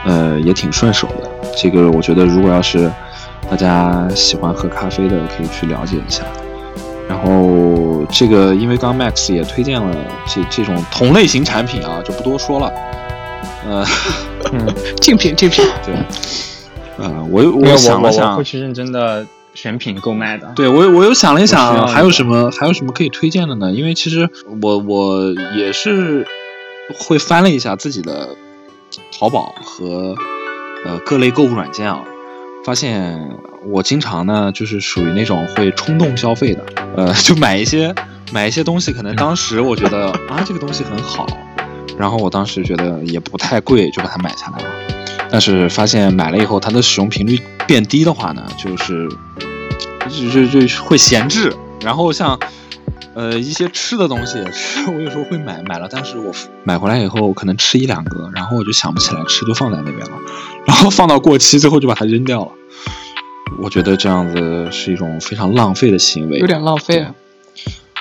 [SPEAKER 1] 呃，也挺顺手的。这个我觉得，如果要是大家喜欢喝咖啡的，可以去了解一下。然后这个，因为刚 Max 也推荐了这这种同类型产品啊，就不多说了。呃，
[SPEAKER 4] 嗯，
[SPEAKER 2] 竞品竞品，
[SPEAKER 1] 对，呃，我又
[SPEAKER 4] 因为
[SPEAKER 1] 我想了
[SPEAKER 4] 我
[SPEAKER 1] 想
[SPEAKER 4] 会，去认真的选品购买的。，
[SPEAKER 1] 对我有我又想了一
[SPEAKER 4] 啊我需要
[SPEAKER 1] 想，
[SPEAKER 4] 一个
[SPEAKER 1] 还有什么还有什么可以推荐的呢？因为其实我我也是会翻了一下自己的淘宝和呃各类购物软件啊，发现我经常呢就是属于那种会冲动消费的，呃，就买一些买一些东西，可能当时我觉得啊这个东西很好，然后我当时觉得也不太贵，就把它买下来了。但是发现买了以后，它的使用频率变低的话呢，就是就就就会闲置。然后像呃一些吃的东西，吃 我有时候会买买了，但是我买回来以后可能吃一两个，然后我就想不起来吃，就放在那边了， 然后放到过期，最后就把它扔掉了。我觉得这样子是一种非常浪费的行为，
[SPEAKER 2] 有点浪费啊。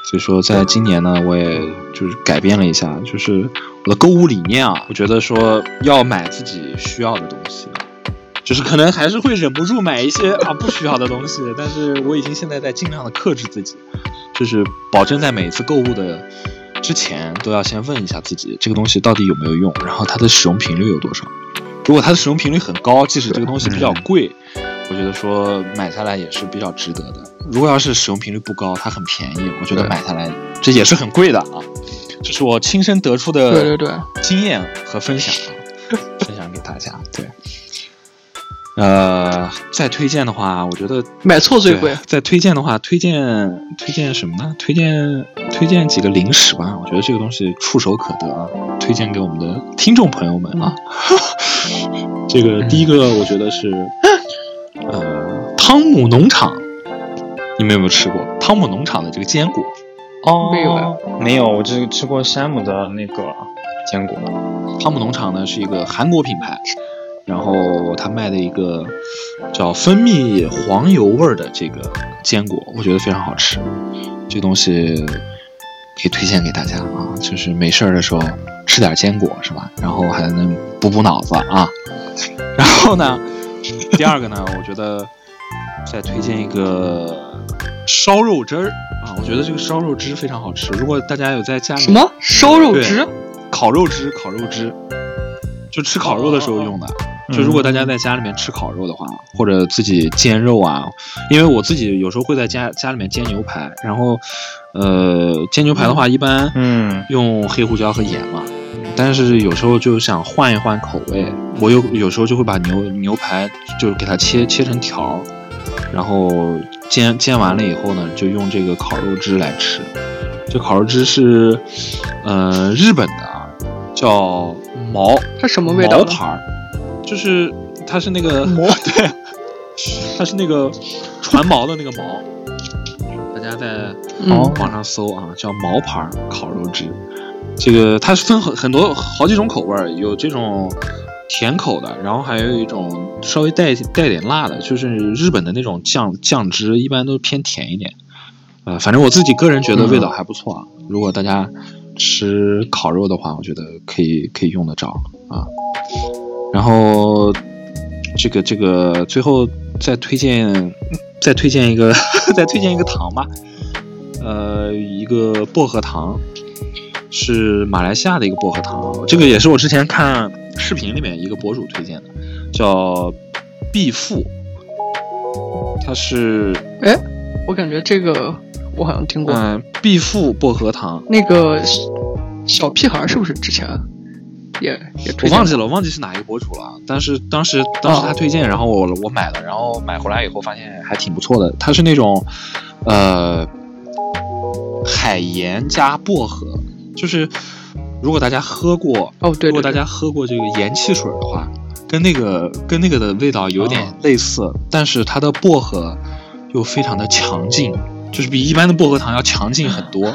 [SPEAKER 1] 所以说，在今年呢，我也就是改变了一下，就是我的购物理念啊，我觉得说要买自己需要的东西，就是可能还是会忍不住买一些啊不需要的东西，但是我已经现在在尽量的克制自己，就是保证在每一次购物的之前都要先问一下自己，这个东西到底有没有用，然后它的使用频率有多少。如果它的使用频率很高，即使这个东西比较贵，我觉得说买下来也是比较值得的。如果要是使用频率不高，它很便宜，我觉得
[SPEAKER 4] 对
[SPEAKER 1] 买下来这也是很贵的啊。这是我亲身得出
[SPEAKER 2] 对对
[SPEAKER 1] 的
[SPEAKER 2] 对，
[SPEAKER 1] 经验和分享啊，分享给大家。对，呃，再推荐的话，我觉得
[SPEAKER 2] 买错最贵
[SPEAKER 1] 对。再推荐的话，推荐推荐什么呢？推荐推荐几个零食吧，我觉得这个东西触手可得啊，推荐给我们的听众朋友们啊。
[SPEAKER 2] 嗯
[SPEAKER 1] 这个第一个，我觉得是呃汤姆农场，你们有没有吃过汤姆农场的这个坚果？
[SPEAKER 4] 哦，
[SPEAKER 2] 没有啊
[SPEAKER 4] 没有，我只吃过山姆的那个坚果。
[SPEAKER 1] 汤姆农场呢是一个韩国品牌，然后它卖的一个叫蜂蜜黄油味儿的这个坚果，我觉得非常好吃。这东西可以推荐给大家啊，就是没事儿的时候吃点坚果是吧？然后还能补补脑子啊。然后呢，第二个呢， 我觉得再推荐一个烧肉汁儿啊，我觉得这个烧肉汁非常好吃。如果大家有在家里
[SPEAKER 2] 什么烧肉汁？
[SPEAKER 1] 烤肉汁，烤肉汁，就吃烤肉的时候用的。就如果
[SPEAKER 4] 嗯
[SPEAKER 1] 大家在家里面吃烤肉的话，或者自己煎肉啊，因为我自己有时候会在家家里面煎牛排，然后，呃，煎牛排的话一般
[SPEAKER 4] 嗯，
[SPEAKER 1] 用黑胡椒和盐嘛，但是有时候就想换一换口味，我有有时候就会把牛牛排就给它切切成条儿，然后煎煎完了以后呢，就用这个烤肉汁来吃。这烤肉汁是，呃，日本的啊，叫毛
[SPEAKER 2] 它什么味道呢？
[SPEAKER 1] 毛牌儿，就是它是那个 对，它是那个船锚的那个锚。大家在
[SPEAKER 2] 嗯，
[SPEAKER 1] 网上搜啊，叫毛牌儿烤肉汁。这个它是分很很多好几种口味儿，有这种甜口的，然后还有一种稍微带带点辣的，就是日本的那种酱酱汁，一般都偏甜一点。呃，反正我自己个人觉得味道还不错啊。如果大家吃烤肉的话，我觉得可以可以用得着啊。然后这个这个最后再推荐再推荐一个 再推荐一个糖吧，呃，一个薄荷糖，是马来西亚的一个薄荷糖，这个也是我之前看视频里面一个博主推荐的，叫毕富，它是
[SPEAKER 2] 我感觉这个我好像听过。
[SPEAKER 1] 嗯毕父薄荷糖，
[SPEAKER 2] 那个小小屁孩儿是不是之前也也推荐
[SPEAKER 1] 我
[SPEAKER 2] 哦
[SPEAKER 1] 忘记了，我忘记是哪一个博主了。啊但是当时当时他推荐，然后我我买了，然后买回来以后发现还挺不错的。它是那种，呃，海盐加薄荷，就是如果大家喝过，
[SPEAKER 2] 哦，对
[SPEAKER 1] 如
[SPEAKER 2] 对
[SPEAKER 1] 果大
[SPEAKER 2] 对，
[SPEAKER 1] 家喝过这个盐汽水的话，跟那个跟那个的味道有
[SPEAKER 2] 啊
[SPEAKER 1] 点
[SPEAKER 4] 哦
[SPEAKER 1] 类似，但是它的薄荷又非常的强劲，就是比一般的薄荷糖要强劲很多，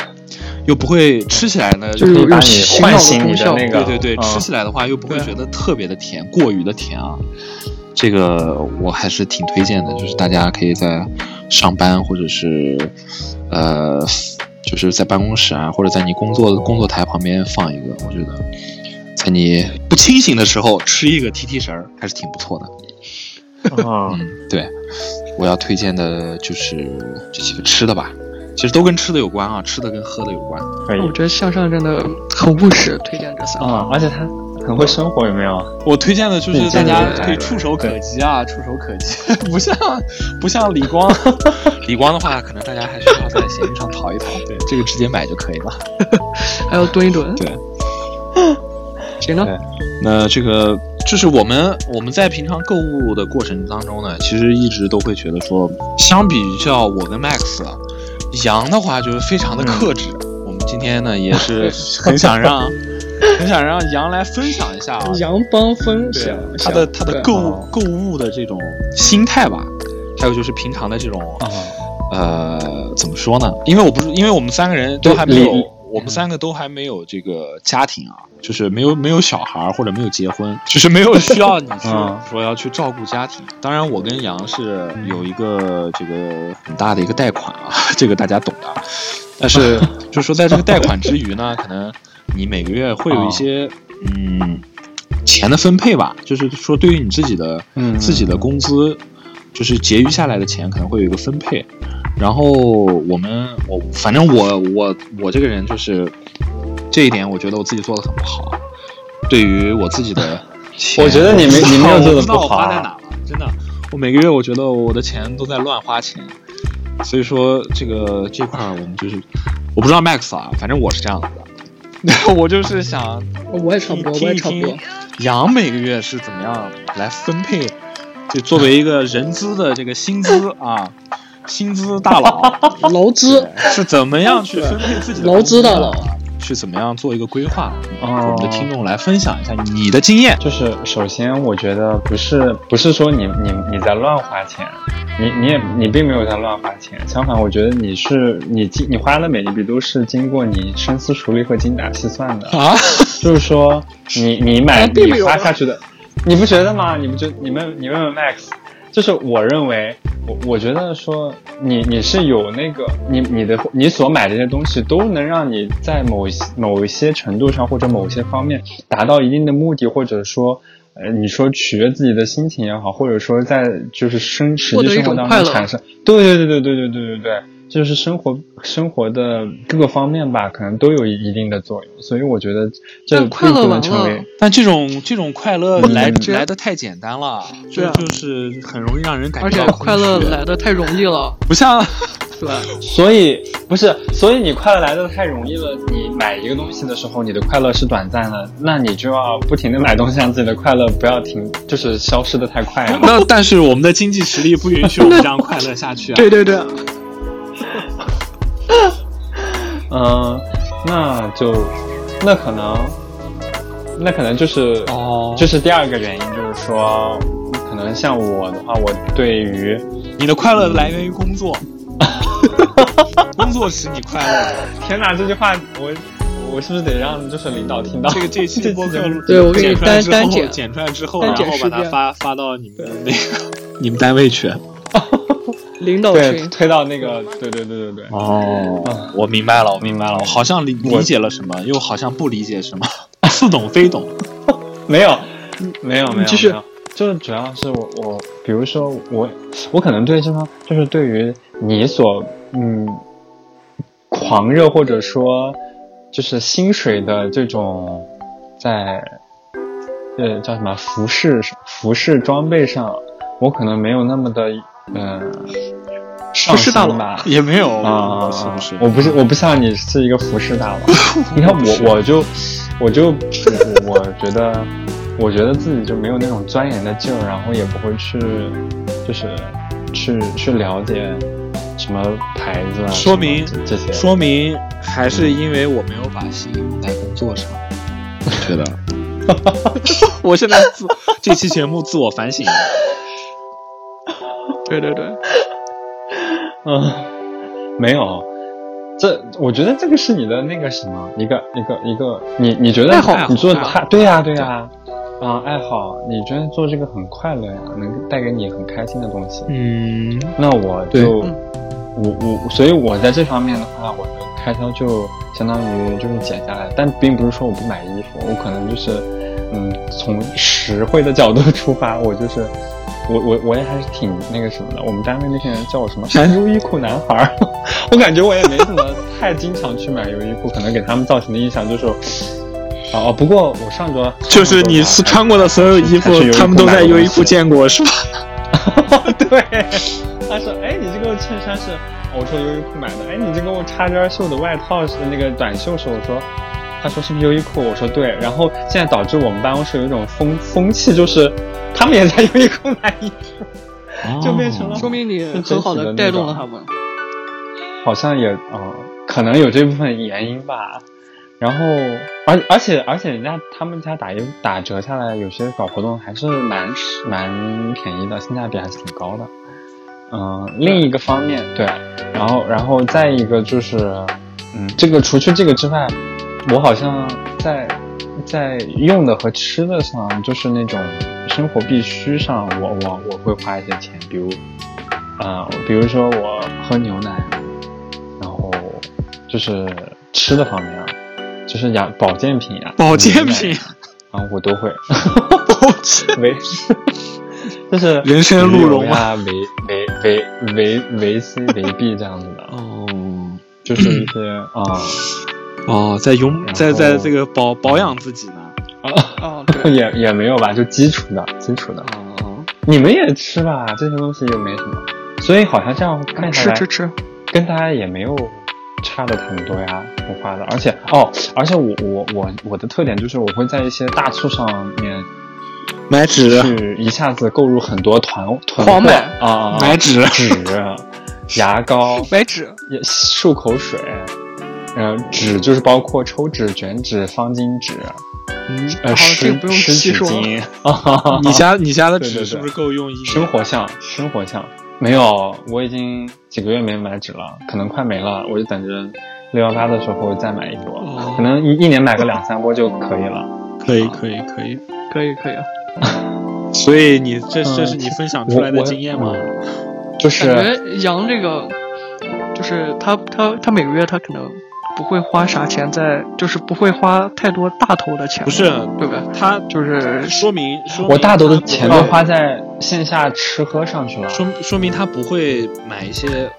[SPEAKER 1] 又不会吃起来呢
[SPEAKER 2] 就
[SPEAKER 1] 就是是
[SPEAKER 4] 可以把你
[SPEAKER 2] 有
[SPEAKER 4] 唤醒你的那个，
[SPEAKER 1] 对对对，
[SPEAKER 4] 嗯
[SPEAKER 1] 吃起来的话又不会觉得特别的甜，过于的甜啊。这个我还是挺推荐的，就是大家可以在上班或者是呃，就是在办公室啊，或者在你工作工作台旁边放一个，我觉得在你不清醒的时候吃一个提提神儿，还是挺不错的。
[SPEAKER 4] 啊，
[SPEAKER 1] 嗯，对，我要推荐的就是这几个吃的吧，其实都跟吃的有关啊，吃的跟喝的有关。
[SPEAKER 4] 可以
[SPEAKER 2] 我觉得向上真的很务实，推荐这
[SPEAKER 1] 哦
[SPEAKER 2] 三个。
[SPEAKER 4] 啊，而且他很会生活，有没有？
[SPEAKER 1] 我推荐的就是
[SPEAKER 4] 对
[SPEAKER 1] 大家
[SPEAKER 4] 对对
[SPEAKER 1] 可以触手可及啊，触手可及， 不像不像李 光，李光的话，可能大家还需要在闲鱼上淘一淘，对，这个直接买就可以了。
[SPEAKER 2] 还有蹲一蹲。
[SPEAKER 1] 对。
[SPEAKER 2] 谁呢？
[SPEAKER 4] 对
[SPEAKER 1] 那这个就是我们我们在平常购物的过程当中呢，其实一直都会觉得说，相比较我跟 Max，啊杨的话就是非常的
[SPEAKER 4] 嗯
[SPEAKER 1] 克制。我们今天呢也是很想 让很想让杨来分享一下啊，
[SPEAKER 2] 杨帮分
[SPEAKER 1] 对
[SPEAKER 2] 享一下
[SPEAKER 1] 他的他的
[SPEAKER 2] 对
[SPEAKER 1] 购物
[SPEAKER 4] 哦
[SPEAKER 1] 购物的这种心态吧，还有就是平常的这种
[SPEAKER 4] 啊，
[SPEAKER 1] 呃怎么说呢？因为我不是因为我们三个人都还没有
[SPEAKER 4] 对你，
[SPEAKER 1] 我们三个都还没有这个家庭啊，就是没有没有小孩儿或者没有结婚， 就是没有需要你去
[SPEAKER 4] 嗯
[SPEAKER 1] 说要去照顾家庭。当然，我跟杨是有一个这个很大的一个贷款啊， 这个大家懂的啊。但 是就是说，在这个贷款之余呢，可能你每个月会有一
[SPEAKER 4] 哦
[SPEAKER 1] 些嗯钱的分配吧，就是说对于你自己的
[SPEAKER 4] 嗯
[SPEAKER 1] 自己的工资，就是结余下来的钱可能会有一个分配。然后我们我反正我我我这个人就是这一点，我觉得我自己做的很不好。对于我自 己的钱，
[SPEAKER 4] 我觉得你没你没有做得
[SPEAKER 1] 我不知道
[SPEAKER 4] 不
[SPEAKER 1] 我
[SPEAKER 4] 好啊
[SPEAKER 1] 花在哪了，真的。我每个月我觉得我的钱都在乱花钱，所以说这个这块儿我们就是我不知道 Max 啊，反正我是这样子的， 我就是想
[SPEAKER 2] 我也差不多，我
[SPEAKER 1] 听
[SPEAKER 2] 也
[SPEAKER 1] 一
[SPEAKER 2] 差不多
[SPEAKER 1] 听。杨每个月是怎么样来分配？就作为一个人资的这个薪资 啊，薪资大佬
[SPEAKER 2] 劳资
[SPEAKER 1] 是怎么样去分配自己的
[SPEAKER 2] 劳资大佬
[SPEAKER 1] 工资的，去怎么样做一个规划？我
[SPEAKER 4] 哦
[SPEAKER 1] 们的听众来分享一下你的经验。
[SPEAKER 4] 就是首先，我觉得不是不是说你你你在乱花钱，你你也你并没有在乱花钱，相反，我觉得你是你经你花的每一笔都是经过你深思熟虑和精打细算的，
[SPEAKER 1] 啊，
[SPEAKER 4] 就是说你你买
[SPEAKER 2] 哎并
[SPEAKER 4] 你
[SPEAKER 2] 没有
[SPEAKER 4] 花
[SPEAKER 2] 啊
[SPEAKER 4] 下去的，你不觉得吗？你不觉你们你问问 Max，就是我认为我我觉得说你你是有那个你你的你所买的这些东西都能让你在某一些某一些程度上或者某一些方面达到一定的目的，或者说。呃，你说取悦自己的心情也好，或者说在就是生实
[SPEAKER 2] 获
[SPEAKER 4] 际
[SPEAKER 2] 得一
[SPEAKER 4] 生活
[SPEAKER 2] 种
[SPEAKER 4] 当
[SPEAKER 2] 快
[SPEAKER 4] 中
[SPEAKER 2] 乐
[SPEAKER 4] 产生，对对对对对对对对对，就是生活生活的各个方面吧，可能都有一定的作用，所以我觉得这
[SPEAKER 2] 但
[SPEAKER 4] 并
[SPEAKER 2] 快乐
[SPEAKER 4] 不
[SPEAKER 2] 完
[SPEAKER 4] 能成为
[SPEAKER 2] 了
[SPEAKER 1] 但这种这种快乐
[SPEAKER 2] 我
[SPEAKER 1] 来
[SPEAKER 2] 感觉
[SPEAKER 1] 来的太简单了，
[SPEAKER 2] 对
[SPEAKER 1] 就
[SPEAKER 2] 啊
[SPEAKER 1] 就是很容易让人感
[SPEAKER 2] 而
[SPEAKER 1] 觉
[SPEAKER 2] 且
[SPEAKER 1] 到空
[SPEAKER 2] 快乐
[SPEAKER 1] 虚
[SPEAKER 2] 来的太容易了，
[SPEAKER 1] 不像
[SPEAKER 2] 对，
[SPEAKER 4] 所以不是，所以你快乐来的太容易了。你买一个东西的时候，你的快乐是短暂的，那你就要不停的买东西，让自己的快乐不要停，就是消失的太快 了。
[SPEAKER 1] 那但是我们的经济实力不允许我们这样快乐下去啊。
[SPEAKER 2] 对对对，
[SPEAKER 4] 嗯，那就，那可能，那可能就是，
[SPEAKER 1] 哦
[SPEAKER 4] 就是第二个原因，就是说，可能像我的话，我对于
[SPEAKER 1] 你的快乐来源于工 作，工作使你快乐。
[SPEAKER 4] 天哪，这句话我我是不是得让就是领导听到？
[SPEAKER 1] 这个这期播客录，
[SPEAKER 2] 对我给
[SPEAKER 1] 剪
[SPEAKER 2] 你
[SPEAKER 1] 出来
[SPEAKER 2] 单
[SPEAKER 1] 之
[SPEAKER 2] 单
[SPEAKER 1] 后，
[SPEAKER 2] 剪
[SPEAKER 1] 剪出来之后，
[SPEAKER 2] 单
[SPEAKER 1] 然
[SPEAKER 2] 剪
[SPEAKER 1] 后把
[SPEAKER 2] 十
[SPEAKER 1] 它
[SPEAKER 2] 遍
[SPEAKER 1] 发发到你们那个你们单位去。
[SPEAKER 2] 领导
[SPEAKER 4] 对
[SPEAKER 2] 群
[SPEAKER 4] 推到那个，对对对对对，
[SPEAKER 1] 哦，我明白了，我明白了，我好像理
[SPEAKER 4] 我
[SPEAKER 1] 理解了什么，又好像不理解什么，似懂非懂。
[SPEAKER 4] 没有，没有，没有，
[SPEAKER 2] 继续
[SPEAKER 4] 没有。嗯就是主要是我我，比如说我，我可能对这方，就是对于你所嗯狂热或者说就是薪水的这种在呃叫什么服饰服饰装备上，我可能没有那么的嗯，
[SPEAKER 2] 不是大佬
[SPEAKER 4] 上心吧
[SPEAKER 1] 哦也没有
[SPEAKER 4] 啊，
[SPEAKER 1] 是不是？
[SPEAKER 4] 我不是，我不像你是一个服饰大 佬。你看我，我就，我就，我我觉得，我觉得自己就没有那种钻研的劲儿，然后也不会去，就是去去了解什么牌子啊，什
[SPEAKER 1] 说
[SPEAKER 4] 么
[SPEAKER 1] 明
[SPEAKER 4] 这这些。
[SPEAKER 1] 说明还是因为我没有把心用在工作上。我觉得， 我现在自这期节目自我反省。
[SPEAKER 2] 对对对，
[SPEAKER 4] 嗯，没有。这我觉得这个是你的那个什么，一个一个一个，你你觉得
[SPEAKER 2] 爱好
[SPEAKER 4] 你做
[SPEAKER 2] 爱好
[SPEAKER 4] 它，对呀、对呀、啊，爱好，你觉得做这个很快乐呀、能带给你很开心的东西。
[SPEAKER 1] 嗯，
[SPEAKER 4] 那我
[SPEAKER 1] 对
[SPEAKER 4] 就
[SPEAKER 2] 嗯
[SPEAKER 4] 我我，所以我在这方面的话，我的开销就相当于就是减下来，但并不是说我不买衣服，我可能就是嗯，从实惠的角度出发，我就是我我我也还是挺那个什么的。我们单位那些人叫我什么“山猪衣裤男孩儿”， 我感觉我也没怎么太经常去买优衣库，可能给他们造成的印象就是。哦，哦不过我上周
[SPEAKER 1] 就是你
[SPEAKER 4] 是
[SPEAKER 1] 穿过的所有衣服，他们都在优衣库见过，是吧？
[SPEAKER 4] 对，他说：“哎，你这个衬衫是……哦我说优衣库买的。哎，你这个我叉边袖的外套是那个短袖是？我说，他说是不是优衣库？我说对。然后现在导致我们办公室有一种风风气，就是他们也在优衣库买衣服，就变成了
[SPEAKER 2] 哦说明你很好的带动了他们。
[SPEAKER 4] 好像也呃，可能有这部分原因吧。然后，而而且而且人家他们家打优打折下来，有些搞活动还是蛮蛮便宜的，性价比还是挺高的。嗯、另一个方面对，然后然后再一个就是，嗯，这个除去这个之外，我好像在在用的和吃的上，就是那种生活必须上，我我我会花一些钱，比如啊、比如说我喝牛奶，然后就是吃的方面啊，就是养保健品啊，
[SPEAKER 1] 保健
[SPEAKER 4] 牛奶
[SPEAKER 1] 品，
[SPEAKER 4] 啊，我都会，
[SPEAKER 1] 保健
[SPEAKER 4] 维，就是
[SPEAKER 1] 人生鹿茸
[SPEAKER 4] 鱼油呀，维维维维维 C 维 B 这样子的，
[SPEAKER 1] 哦
[SPEAKER 4] 就是一些啊
[SPEAKER 1] 哦，在拥
[SPEAKER 4] 然后
[SPEAKER 1] 在在这个保保养自己呢。
[SPEAKER 4] 啊，
[SPEAKER 2] 哦，对，
[SPEAKER 4] 也也没有吧，就基础的基础的，
[SPEAKER 1] 哦，
[SPEAKER 4] 你们也吃吧，这些东西又没什么，所以好像这样看下
[SPEAKER 2] 吃
[SPEAKER 4] 来，
[SPEAKER 2] 吃吃，
[SPEAKER 4] 跟大家也没有差的很多呀，我花的，而且哦，而且我我我我的特点就是我会在一些大促上面
[SPEAKER 1] 买纸，
[SPEAKER 4] 去一下子购入很多团团
[SPEAKER 2] 狂买
[SPEAKER 4] 啊啊，啊
[SPEAKER 1] 买纸，
[SPEAKER 4] 纸、牙膏、
[SPEAKER 2] 买纸，
[SPEAKER 4] 也漱口水，呃，纸就是包括抽纸、卷纸、方巾纸，
[SPEAKER 1] 嗯
[SPEAKER 2] 好
[SPEAKER 4] 呃，
[SPEAKER 2] 哦这
[SPEAKER 4] 湿
[SPEAKER 2] 个不用
[SPEAKER 4] 湿
[SPEAKER 2] 细
[SPEAKER 4] 纸
[SPEAKER 2] 说了
[SPEAKER 4] 巾，啊
[SPEAKER 1] 你家你家的
[SPEAKER 4] 对对
[SPEAKER 1] 纸
[SPEAKER 4] 对
[SPEAKER 1] 是不是够用一年？
[SPEAKER 4] 生活项，生活项没有，我已经几个月没买纸了，可能快没了，我就等着六幺八的时候再买一波，
[SPEAKER 1] 哦
[SPEAKER 4] 可能一一年买个两三波就可以了。
[SPEAKER 1] 可以可以可以。
[SPEAKER 2] 可以可以，
[SPEAKER 1] 所以你这这
[SPEAKER 4] 嗯
[SPEAKER 1] 是你分享
[SPEAKER 4] 我
[SPEAKER 1] 出来的
[SPEAKER 4] 我
[SPEAKER 1] 经验吗？
[SPEAKER 4] 就是
[SPEAKER 2] 感觉杨这个，就是他他他每个月他可能不会花啥钱在，就是不会花太多大头的钱，
[SPEAKER 1] 不是
[SPEAKER 2] 对吧？
[SPEAKER 1] 他
[SPEAKER 2] 就是
[SPEAKER 1] 说明说明
[SPEAKER 4] 我大头的
[SPEAKER 1] 他不
[SPEAKER 4] 钱
[SPEAKER 1] 会
[SPEAKER 2] 哦
[SPEAKER 4] 都花在线下吃喝上去了。
[SPEAKER 1] 说说明他不会买一些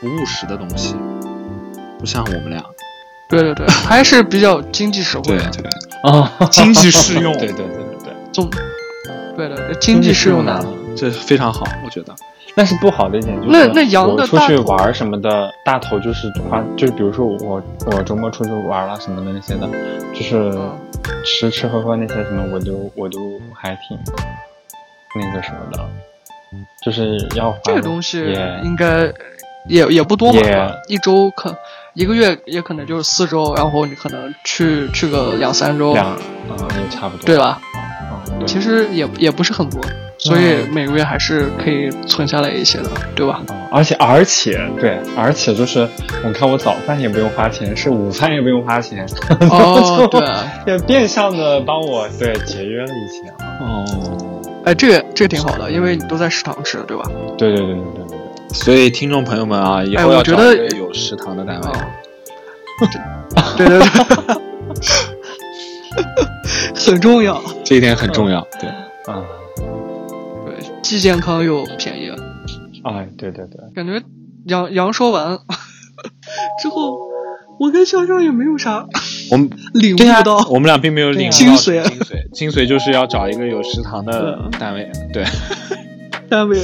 [SPEAKER 1] 不务实的东西，不像我们俩。
[SPEAKER 2] 对对对，还是比较经济实惠的。
[SPEAKER 1] 对，
[SPEAKER 4] 啊，
[SPEAKER 1] 经济适用
[SPEAKER 4] 对对对对对，
[SPEAKER 2] 总对的，经济适用的。
[SPEAKER 1] 这非常好，我觉得。
[SPEAKER 4] 但是不好的一点就是，
[SPEAKER 2] 那那羊的
[SPEAKER 4] 我出
[SPEAKER 2] 大
[SPEAKER 4] 去
[SPEAKER 2] 头
[SPEAKER 4] 玩儿什么的，大头就是花，就是比如说我我周末出去玩了什么的那些的，就是
[SPEAKER 2] 嗯
[SPEAKER 4] 吃吃喝喝那些什么，我都我都还挺那个什么的，就是要花
[SPEAKER 2] 这个东西
[SPEAKER 4] 嗯也
[SPEAKER 2] 应该也也不多嘛，
[SPEAKER 4] 也
[SPEAKER 2] 是吧一周可一个月也可能就是四周，然后你可能去去个两三周，
[SPEAKER 4] 两啊也差不多
[SPEAKER 2] 对吧？
[SPEAKER 4] 啊，对
[SPEAKER 2] 其实也也不是很多，所以每个月还是可以存下来一些的，对吧？
[SPEAKER 4] 啊而且而且对，而且就是我看我早饭也不用花钱，是午饭也不用花钱，
[SPEAKER 2] 哦，对，
[SPEAKER 4] 也变相的帮我对节约了一些啊。
[SPEAKER 1] 哦，
[SPEAKER 2] 哎，这个这个挺好的，因为你都在食堂吃，对吧？
[SPEAKER 4] 对对对对对对。
[SPEAKER 1] 所以听众朋友们啊，以后
[SPEAKER 2] 我
[SPEAKER 1] 要
[SPEAKER 2] 觉
[SPEAKER 1] 找
[SPEAKER 2] 得
[SPEAKER 1] 一个有食堂的单
[SPEAKER 2] 哦
[SPEAKER 1] 位。，
[SPEAKER 2] 对对 对，很重要，
[SPEAKER 1] 这一点很重要。对，
[SPEAKER 4] 啊
[SPEAKER 2] 对，既健康又便宜。
[SPEAKER 4] 啊，对对对，
[SPEAKER 2] 感觉杨杨说完之后，我跟香香也没有啥
[SPEAKER 1] 我们
[SPEAKER 2] 领
[SPEAKER 1] 对呀
[SPEAKER 2] 悟到。，
[SPEAKER 1] 我们俩并没有领悟到
[SPEAKER 2] 精髓
[SPEAKER 1] 精髓，精髓就是要找一个有食堂的单位。对，
[SPEAKER 2] 单位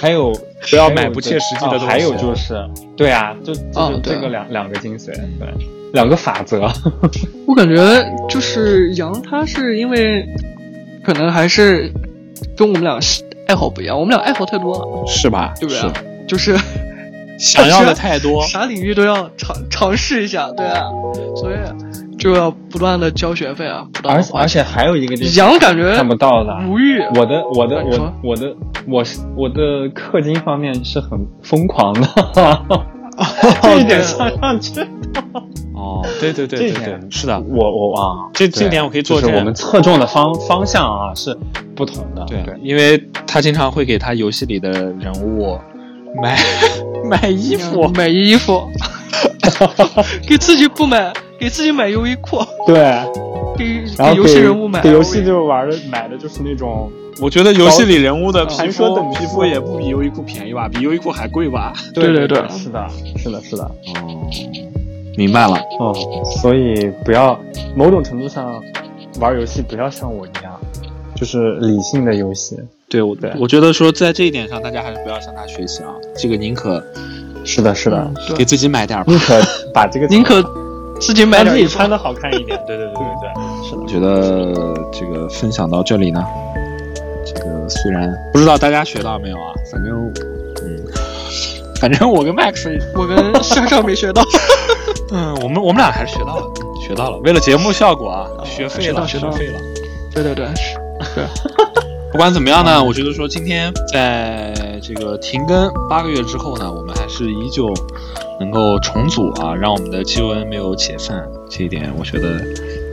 [SPEAKER 4] 还有哦
[SPEAKER 1] 不要买不切实际的东西
[SPEAKER 4] 还有就是，对啊，就
[SPEAKER 2] 哦
[SPEAKER 4] 就是
[SPEAKER 2] 对嗯哦
[SPEAKER 4] 这个两、两个精髓，对，两个法则，
[SPEAKER 2] 我感觉就是杨，他是因为可能还是跟我们俩爱好不一样，我们俩爱好太多了，
[SPEAKER 1] 是吧？
[SPEAKER 2] 对不对
[SPEAKER 1] 是
[SPEAKER 2] 啊？就是
[SPEAKER 1] 想要的太多，
[SPEAKER 2] 啥领域都要尝尝试一下，对啊，所以就要不断的交学费啊，不断
[SPEAKER 4] 而
[SPEAKER 2] 的
[SPEAKER 4] 且而且还有一个地方
[SPEAKER 2] 杨感觉
[SPEAKER 4] 看不到的，
[SPEAKER 2] 无欲，
[SPEAKER 4] 我的我的
[SPEAKER 2] 啊嗯你
[SPEAKER 4] 我
[SPEAKER 2] 说
[SPEAKER 4] 我的我是我的氪金方面是很疯狂的，
[SPEAKER 2] 哦
[SPEAKER 4] 这 一点上上去，
[SPEAKER 1] 哦，对对对
[SPEAKER 4] 这
[SPEAKER 1] 对
[SPEAKER 4] 一
[SPEAKER 1] 对，
[SPEAKER 4] 点
[SPEAKER 1] 是的，
[SPEAKER 4] 我我啊，
[SPEAKER 1] 这
[SPEAKER 4] 对
[SPEAKER 1] 这点我可以作
[SPEAKER 4] 就是
[SPEAKER 1] 证
[SPEAKER 4] 我们侧重的方方向啊是不同的，
[SPEAKER 1] 对
[SPEAKER 4] 对，
[SPEAKER 1] 因为他经常会给他游戏里的人物买 买衣服，
[SPEAKER 2] 嗯买衣服， 给自己不买，给自己买优衣库，
[SPEAKER 4] 对，
[SPEAKER 2] 给
[SPEAKER 4] 然
[SPEAKER 2] 给
[SPEAKER 4] 后
[SPEAKER 2] 游戏人物买，
[SPEAKER 4] 给游戏就玩的买的就是那种，
[SPEAKER 1] 我觉得游戏里人物的
[SPEAKER 4] 传
[SPEAKER 1] 皮
[SPEAKER 4] 说
[SPEAKER 1] 肤
[SPEAKER 4] 等级
[SPEAKER 1] 皮肤也不比优衣库便宜吧，比优衣库还贵吧？
[SPEAKER 2] 对对对
[SPEAKER 4] 是的，是的，是的，
[SPEAKER 1] 哦，明白了，
[SPEAKER 4] 嗯，所以不要某种程度上玩游戏不要像我一样，就是理性的游戏，
[SPEAKER 1] 对我
[SPEAKER 4] 对
[SPEAKER 1] 我觉得说在这一点上，大家还是不要向他学习啊，这个宁可
[SPEAKER 4] 是的，是的，
[SPEAKER 2] 嗯
[SPEAKER 1] 给
[SPEAKER 2] 对，
[SPEAKER 1] 自己买点儿吧
[SPEAKER 4] 宁。可把 这个
[SPEAKER 2] 宁可自己买
[SPEAKER 4] 让自
[SPEAKER 2] 点
[SPEAKER 4] 己
[SPEAKER 2] 衣服
[SPEAKER 4] 穿的好看一点。对对对对对，是
[SPEAKER 1] 我
[SPEAKER 4] 的。
[SPEAKER 1] 觉得这个分享到这里呢，这个虽然不知道大家学到没有啊，反正嗯，反正我跟 Max，
[SPEAKER 2] 我跟向上没学到，
[SPEAKER 1] 嗯，我们我们俩还是学到了，学到了。为了节目效果啊，学费
[SPEAKER 2] 哦学
[SPEAKER 1] 了，
[SPEAKER 2] 到学到
[SPEAKER 1] 费了。
[SPEAKER 2] 对对对，是
[SPEAKER 1] 不管怎么样呢，我觉得说今天在这个停更八个月之后呢，我们还是依旧能够重组啊，让我们的气温没有解散，这一点我觉得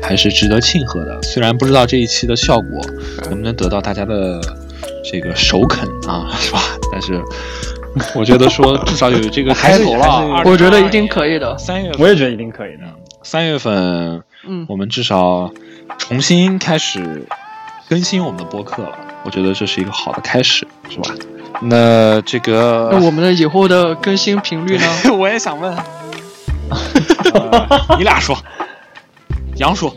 [SPEAKER 1] 还是值得庆贺的。虽然不知道这一期的效果能不能得到大家的这个首肯啊，是吧？但是我觉得说至少有这个
[SPEAKER 4] 还
[SPEAKER 1] 开
[SPEAKER 4] 是
[SPEAKER 1] 头了啊，
[SPEAKER 4] 还是
[SPEAKER 2] 我觉得一定可以的，
[SPEAKER 1] 三月份
[SPEAKER 4] 我也觉得一定可以的。
[SPEAKER 1] 三月份
[SPEAKER 2] 嗯，
[SPEAKER 1] 我们至少重新开始更新我们的播客了，我觉得这是一个好的开始，是吧？那这个
[SPEAKER 2] 那我们的以后的更新频率呢？
[SPEAKER 1] 我也想问，你俩说，杨说，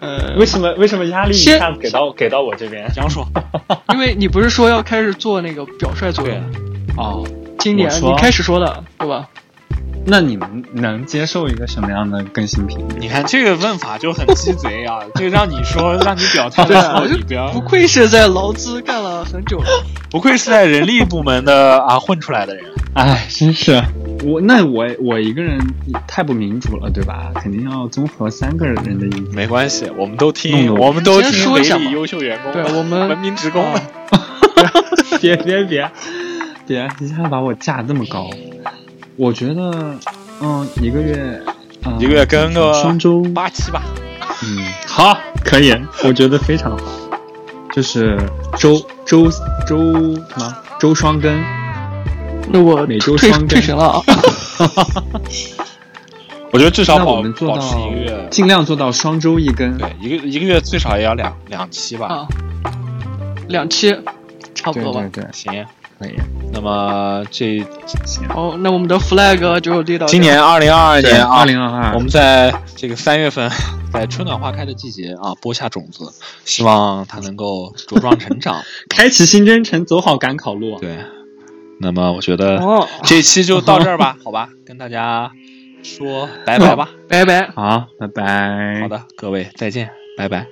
[SPEAKER 2] 呃，
[SPEAKER 4] 为什么为什么压力一
[SPEAKER 2] 先
[SPEAKER 4] 下子给到给到我这边？
[SPEAKER 1] 杨说，
[SPEAKER 2] 因为你不是说要开始做那个表率作用？
[SPEAKER 1] 哦，
[SPEAKER 2] 今年
[SPEAKER 4] 我说
[SPEAKER 2] 你开始说的对吧？
[SPEAKER 4] 那你们能接受一个什么样的更新频率？
[SPEAKER 1] 你看这个问法就很鸡贼啊，这让你说让你 表态的时
[SPEAKER 2] 啊
[SPEAKER 1] 候，你不要
[SPEAKER 2] 不愧是在劳资干了很久了，
[SPEAKER 1] 不愧是在人力部门的啊混出来的人，
[SPEAKER 4] 哎，真是我那我我一个人太不民主了，对吧？肯定要综合三个人的意见。
[SPEAKER 1] 没关系，我们都听，
[SPEAKER 4] 弄得我
[SPEAKER 1] 我们都
[SPEAKER 2] 先
[SPEAKER 1] 听
[SPEAKER 2] 说
[SPEAKER 1] 雷
[SPEAKER 2] 一下
[SPEAKER 1] 厉
[SPEAKER 2] 嘛
[SPEAKER 1] 优秀员工
[SPEAKER 2] 对
[SPEAKER 1] 的，
[SPEAKER 2] 我们啊
[SPEAKER 1] 文明职工的。
[SPEAKER 4] 别别别别，一下把我架这么高，我觉得，嗯，一个月，嗯、
[SPEAKER 1] 一个月更个
[SPEAKER 4] 双周
[SPEAKER 1] 八期吧。
[SPEAKER 4] 嗯，好，可以，我觉得非常好。就是周周周什么周双更，
[SPEAKER 2] 那我
[SPEAKER 4] 每周
[SPEAKER 2] 退
[SPEAKER 4] 双更
[SPEAKER 2] 退群了啊！
[SPEAKER 1] 我觉得至少
[SPEAKER 4] 那
[SPEAKER 1] 保
[SPEAKER 4] 我们做
[SPEAKER 1] 保持
[SPEAKER 4] 到
[SPEAKER 1] 一个月，
[SPEAKER 4] 尽量做到双周一更。
[SPEAKER 1] 对，一个一个月最少也要两两期吧。
[SPEAKER 2] 啊，两期差不
[SPEAKER 4] 对
[SPEAKER 2] 多吧
[SPEAKER 4] 对。对，
[SPEAKER 1] 行，
[SPEAKER 4] 可以。
[SPEAKER 1] 那么这
[SPEAKER 2] 哦，那我们的 flag 就立到这
[SPEAKER 1] 今年二零二二年啊
[SPEAKER 4] 二，零二二，
[SPEAKER 1] 我们在这个三月份，在春暖花开的季节啊，播下种子，希望它能够茁壮 成长。
[SPEAKER 4] 开启新征程，走好赶考路。啊
[SPEAKER 1] 对，那么我觉得
[SPEAKER 2] 哦，
[SPEAKER 1] 这期就到这儿吧，好吧，跟大家说拜拜吧。 嗯
[SPEAKER 2] 拜拜。
[SPEAKER 4] 好，拜拜。
[SPEAKER 1] 好的，各位再见，拜拜。